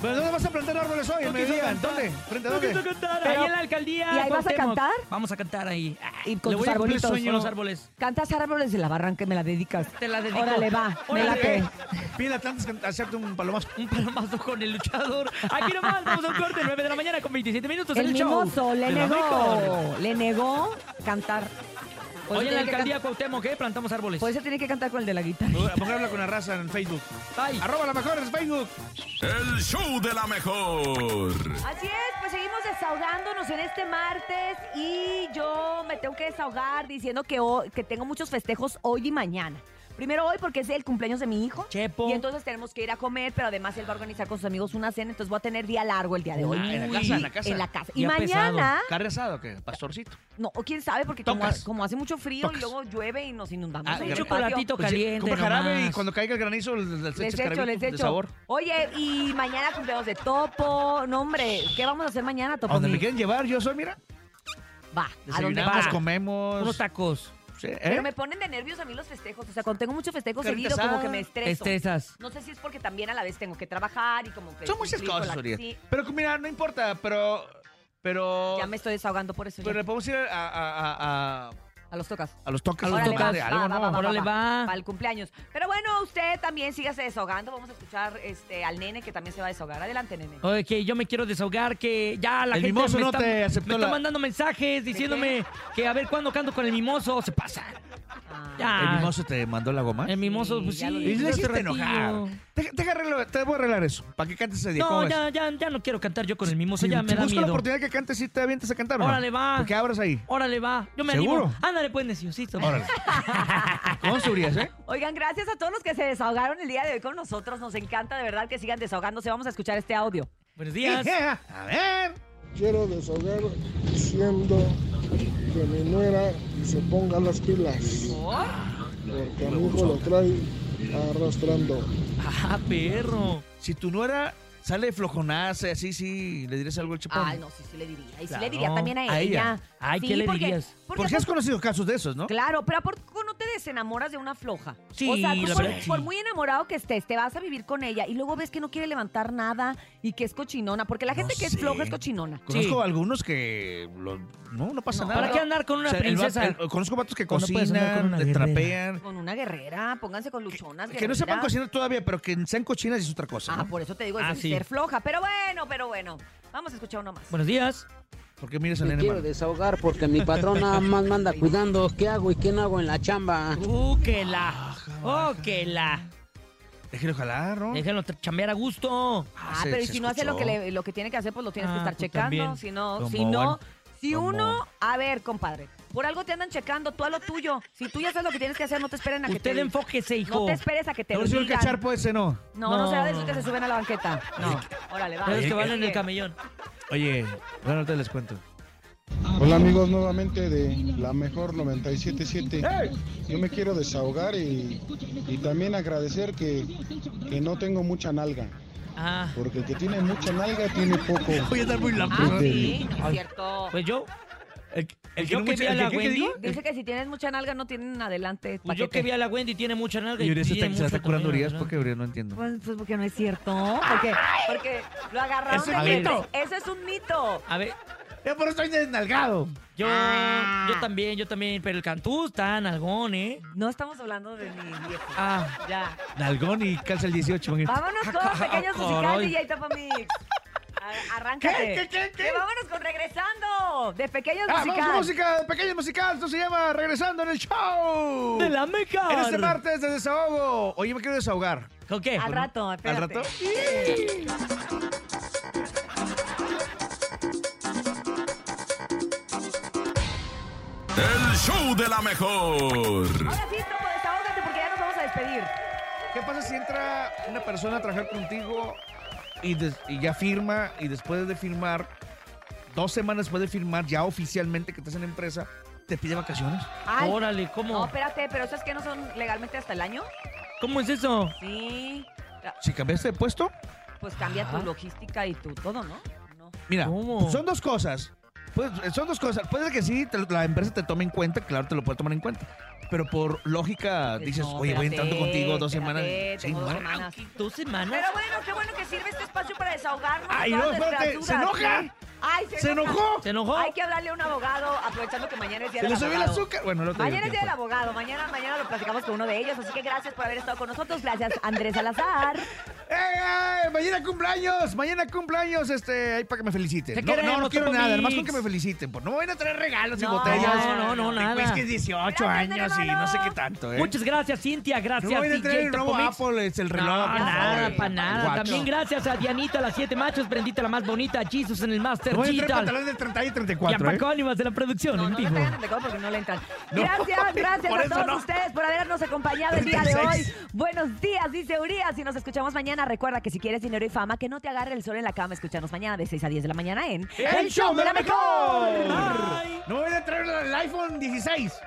S8: ¿Pero dónde vas a plantar árboles hoy?
S5: No
S8: Me
S5: quiso
S8: digan,
S5: cantar.
S8: ¿dónde? ¿Frente a
S5: No
S8: dónde?
S5: quiso cantar,
S7: Pero-
S5: ahí en la alcaldía.
S7: ¿Y ahí vas a
S5: Cuauhtémoc.
S7: cantar?
S5: Vamos a cantar ahí. Ah,
S7: Y con
S5: le voy a
S7: tus
S5: cumplir
S7: arbolitos.
S5: sueño a los árboles.
S7: Cantas árboles de la barranca y me la dedicas.
S5: Te la dedico.
S7: Órale, va. Me
S5: Órale.
S7: late.
S8: Pide a Atlantis que- hacerte un palomazo.
S5: Un palomazo con el luchador. Aquí nomás, vamos a un corte, 9 de la mañana con 27 minutos. en
S7: El
S5: el show
S7: mimoso le
S5: de la
S7: negó.
S5: mejor.
S7: Le negó cantar. Por
S5: Hoy
S7: eso
S5: en la
S7: Pues tiene que Pues,
S5: alcaldía Cuauhtémoc, ¿eh? Plantamos árboles.
S7: can- Por eso tiene que cantar con el de la guitarra.
S8: Mejor habla con la raza en Facebook. Arroba la mejor en Facebook.
S2: El show de la mejor.
S7: Así es, pues seguimos desahogándonos en este martes y yo me tengo que desahogar diciendo que, hoy- que tengo muchos festejos hoy y mañana. Primero hoy porque es el cumpleaños de mi hijo. Y entonces tenemos que ir a comer, pero además él va a organizar con sus amigos una cena, entonces voy a tener día largo el día de hoy.
S8: Ah, en la casa, en la casa.
S7: En la casa. Y mañana,
S8: ¿Carne asada o qué? Pastorcito.
S7: no, quién sabe, porque como,
S8: Tocas.
S7: como hace mucho frío
S8: Tocas.
S7: y luego llueve y nos inundamos.
S8: Ah,
S7: en
S8: de
S7: el
S8: repente.
S7: patio.
S8: Pues sí, Compra jarabe y cuando caiga el granizo, les
S7: Les
S8: echas
S7: echo,
S8: jarabe
S7: les
S8: Pues de
S7: echo.
S8: sabor.
S7: Oye, y mañana cumpleaños de Topo. No, hombre, ¿qué vamos a hacer mañana,
S8: A
S7: Topo?
S8: donde me
S7: Mi-
S8: quieren llevar, yo soy, mira.
S7: Va, ¿a dónde
S8: Desayunamos,
S7: va?
S8: comemos.
S5: Unos tacos.
S8: Sí, ¿eh?
S7: Pero me ponen de nervios a mí los festejos. O sea, cuando tengo muchos festejos
S8: Carnita
S7: seguidos, como
S8: asada.
S7: que me estreso.
S8: Estresas.
S7: No sé si es porque también a la vez tengo que trabajar y como que.
S8: Son muchas
S7: cumplir con
S8: cosas,
S7: la-
S8: Urias.
S7: Sí,
S8: Pero mira, no importa, pero. Pero.
S7: ya me estoy desahogando por eso.
S8: Pero
S7: ya.
S8: le podemos ir a. A, a, a,
S7: a los tocas.
S8: A los tocas.
S7: Órale,
S8: ¿verdad? De
S7: va,
S8: algo,
S7: va,
S8: ¿no?
S7: va, va, va, Para el cumpleaños. Pero bueno, usted también sígase desahogando. Vamos a escuchar este, al nene que también se va a desahogar. Adelante, nene.
S5: Oye, que yo me quiero desahogar, que ya la
S8: El
S5: gente
S8: mimoso
S5: me,
S8: no
S5: está,
S8: te aceptó
S5: me está
S8: la-
S5: mandando mensajes diciéndome que a ver cuándo canto con el mimoso. Se pasa. Ya.
S8: ¿El mimoso te mandó la goma?
S5: El mimoso, pues sí.
S8: Y le
S5: hace
S8: hiciste
S5: ratillo.
S8: enojar. Deja, deja arreglo- te voy a arreglar eso. Para que cantes ese día. ¿Cómo
S5: No,
S8: ves?
S5: ya, ya, ya no quiero cantar yo con el mimoso, ya
S8: Si
S5: me da
S8: busco la
S5: miedo.
S8: oportunidad que cantes y te avientes a cantar, ¿o no?
S5: Órale, va.
S8: Porque abras ahí.
S5: Órale, va. Yo me
S8: ¿Seguro?
S5: animo. Ándale, pues, neciosito. [laughs]
S8: Órale. Con seguridad, ¿eh?
S7: Oigan, gracias a todos los que se desahogaron el día de hoy con nosotros. Nos encanta de verdad que sigan desahogándose. Vamos a escuchar este audio.
S5: Buenos
S8: A ver.
S23: Quiero desahogar diciendo que mi nuera se ponga las pilas. Porque a mi hijo lo trae arrastrando.
S5: Ah, perro.
S8: Si tu nuera sale flojonaza, así, sí, le dirías algo al chapón.
S7: Ay, no, sí, sí le diría. Y sí le diría también a ella.
S8: Ay,
S7: Sí,
S8: ¿qué le
S7: porque-
S8: dirías?
S7: porque
S8: Porque, has conocido casos de esos, ¿no?
S7: Claro, pero ¿por qué no te desenamoras de una floja?
S8: Sí,
S7: o sea, tú
S8: la
S7: por,
S8: verdad, sí.
S7: por muy enamorado que estés, te vas a vivir con ella y luego ves que no quiere levantar nada y que es cochinona, porque la gente que es floja es cochinona.
S8: Conozco algunos que lo- no, no pasa
S7: No,
S8: nada.
S7: ¿para qué andar con una
S8: el va-
S7: princesa?
S8: el- conozco vatos que
S5: No puedes andar con
S8: cocinan,
S5: una
S8: le
S5: guerrera.
S8: trapean.
S7: Con una guerrera, pónganse con luchonas.
S8: Que no sepan
S7: guerreras.
S8: cocinar todavía, pero que sean cochinas es otra cosa.
S7: Ah, por eso te digo, es
S8: Ah,
S7: el
S8: sí.
S7: ser floja. Pero bueno, pero bueno. Vamos a escuchar uno más.
S5: Buenos días.
S8: Porque miras al
S24: Me
S8: nene
S24: quiero
S8: malo.
S24: desahogar porque mi patrón nada más manda cuidando qué hago y qué no hago en la chamba.
S5: Uh, que la. Oh, que la.
S8: Déjenlo Ah, jalar, ¿no?
S5: Déjenlo tra- chambear a gusto.
S7: Ah, pero y si no hace lo que, le- lo que tiene que hacer, pues lo tienes que
S5: Ah,
S7: estar
S5: pues,
S7: checando.
S5: también.
S7: Si no,
S5: Como
S7: si no,
S5: van.
S7: Si uno, a ver, compadre, por algo te andan checando, tú a lo tuyo. Si tú ya sabes lo que tienes que hacer, no te esperen a que
S5: Usted
S7: te
S5: enfóquese, hijo.
S7: No te esperes a que te
S8: No
S7: lo
S8: recibo el
S7: digan.
S8: cacharpo ese, no.
S7: No, no, se va de eso que se suben a la
S5: [laughs]
S7: banqueta. No, [laughs] órale, va.
S8: Esos que van
S5: en el camellón.
S8: Oye, bueno, ahorita les cuento.
S4: Hola amigos nuevamente de la mejor 977. Yo me quiero desahogar y, y también agradecer que, que no tengo mucha nalga.
S5: Ah.
S4: Porque el que tiene mucha nalga tiene poco.
S5: Voy a dar muy
S7: Ah, sí, no es cierto.
S5: Pues yo. El, el
S7: que
S5: yo
S7: no
S5: que
S7: mucha-
S5: vi a
S7: el
S5: la
S7: que- ¿qué- qué
S5: Wendy.
S7: digo? Dice que si tienes mucha nalga no tienen adelante
S5: Pues yo que vi a la Wendy tiene mucha nalga.
S6: Y Urias se
S5: pide
S6: está, se está
S5: mucho
S6: curando
S5: también,
S6: Urias
S5: ¿verdad?
S6: porque Urias no entiendo.
S7: Pues, pues porque no es cierto. Porque, porque lo agarraron
S6: Es un
S7: de frente.
S6: mito.
S7: Eso es un mito.
S5: A ver.
S8: Yo por eso estoy desnalgado. Ah.
S5: Yo, yo también, yo también. Pero el Cantú está nalgón, ¿eh?
S7: No estamos hablando de mi viejo.
S5: Ah.
S7: Ya.
S8: Nalgón y calza el 18. imagínate.
S7: Vámonos
S8: [laughs]
S5: [laughs]
S7: con pequeños musicales,
S8: Ah, Caray.
S7: DJ Topamix. A- Arráncate.
S8: ¿Qué, qué, qué, qué?
S7: Que vámonos con regresando de pequeños
S8: Ah, vamos con
S7: musicales.
S8: música de pequeño musical. Esto se llama Regresando en el Show.
S5: De la Mejor.
S8: En este martes de desahogo. Oye, me quiero desahogar.
S5: ¿Con qué?
S7: Al rato,
S8: ¿Al
S7: espérate.
S8: rato? [laughs]
S2: El show de la mejor.
S7: Ahora sí, Topo, desahógate porque ya nos vamos a despedir.
S8: ¿Qué pasa si entra una persona a trabajar contigo y, des- y ya firma y después de firmar, dos semanas después de firmar, ya oficialmente que estás en la empresa, te pide vacaciones?
S7: Ay.
S5: Órale, ¿cómo?
S7: No, espérate, pero esas que no son legalmente hasta el año.
S5: ¿Cómo es eso?
S7: Sí.
S8: Si cambiaste de puesto,
S7: Pues cambia tu
S8: Ajá.
S7: logística y tu todo, ¿no?
S8: mira, son dos cosas. Pues, eh, son dos cosas. Puede ser que sí, te lo- la empresa te tome en cuenta, claro, te lo puede tomar en cuenta. Pero por lógica dices,
S5: No,
S8: oye, voy
S5: espérate,
S8: entrando contigo dos semanas.
S5: espérate,
S8: Sí,
S5: tengo dos
S8: bueno.
S5: semanas. ¿Dos semanas?
S7: Pero bueno, qué bueno que sirve este espacio para desahogarnos. de
S8: Ay,
S7: todas
S8: no, espérate,
S7: nuestras
S8: ¿se
S7: dudas,
S8: enoja?
S7: ¿sí? Ay, se,
S8: ¿Se
S7: enoja.
S8: enojó? ¿Se enojó?
S7: Hay que hablarle a un abogado, aprovechando que mañana es día
S8: Se
S7: del
S8: le subió el
S7: abogado.
S8: azúcar. Bueno, no te
S7: Mañana es
S8: dio
S7: día del
S8: tiempo.
S7: abogado. Mañana, mañana lo platicamos con uno de ellos. Así que gracias por haber estado con nosotros. Gracias, Andrés Salazar.
S8: [laughs] ¡Eh, eh! Mañana cumpleaños, mañana cumpleaños, este, ahí para que me feliciten.
S5: Te
S8: no, no,
S5: queremos,
S8: no quiero
S5: Topo
S8: nada,
S5: Mix.
S8: nomás con que me feliciten. Pues no me van a traer regalos
S5: No,
S8: y botellas.
S5: no, no, no,
S8: Digo,
S5: nada.
S8: Es que es 18 años y no sé qué tanto, ¿eh?
S5: Muchas gracias, Cintia. Gracias,
S8: No me voy a
S5: DJ
S8: traer el nuevo
S5: Topomix.
S8: Apple, es el reloj.
S5: No,
S8: por
S5: nada,
S8: favor.
S5: para nada.
S8: Guacho.
S5: También gracias a Dianita, las siete machos, Brendita, la más bonita, Jesus en el Master
S8: No voy a traer
S5: Digital.
S8: pantalones de 30 y
S5: y a
S8: 34, ¿eh?
S5: Paco Ánimas de la producción en
S7: No le
S5: vivo.
S7: pegan el teclado porque no le entran.
S5: No.
S7: Gracias, gracias
S5: Por
S7: a
S5: eso
S7: todos
S5: no.
S7: ustedes por habernos acompañado el día de hoy.
S5: 36.
S7: Buenos días, dice Urias. Y nos escuchamos mañana. Recuerda que si quieres dinero y fama, que no te agarre el sol en la cama. Escuchanos mañana de 6 a 10 de la mañana en
S8: ¡El show de la mejor!
S7: Bye.
S8: No me voy a traer el iPhone 16.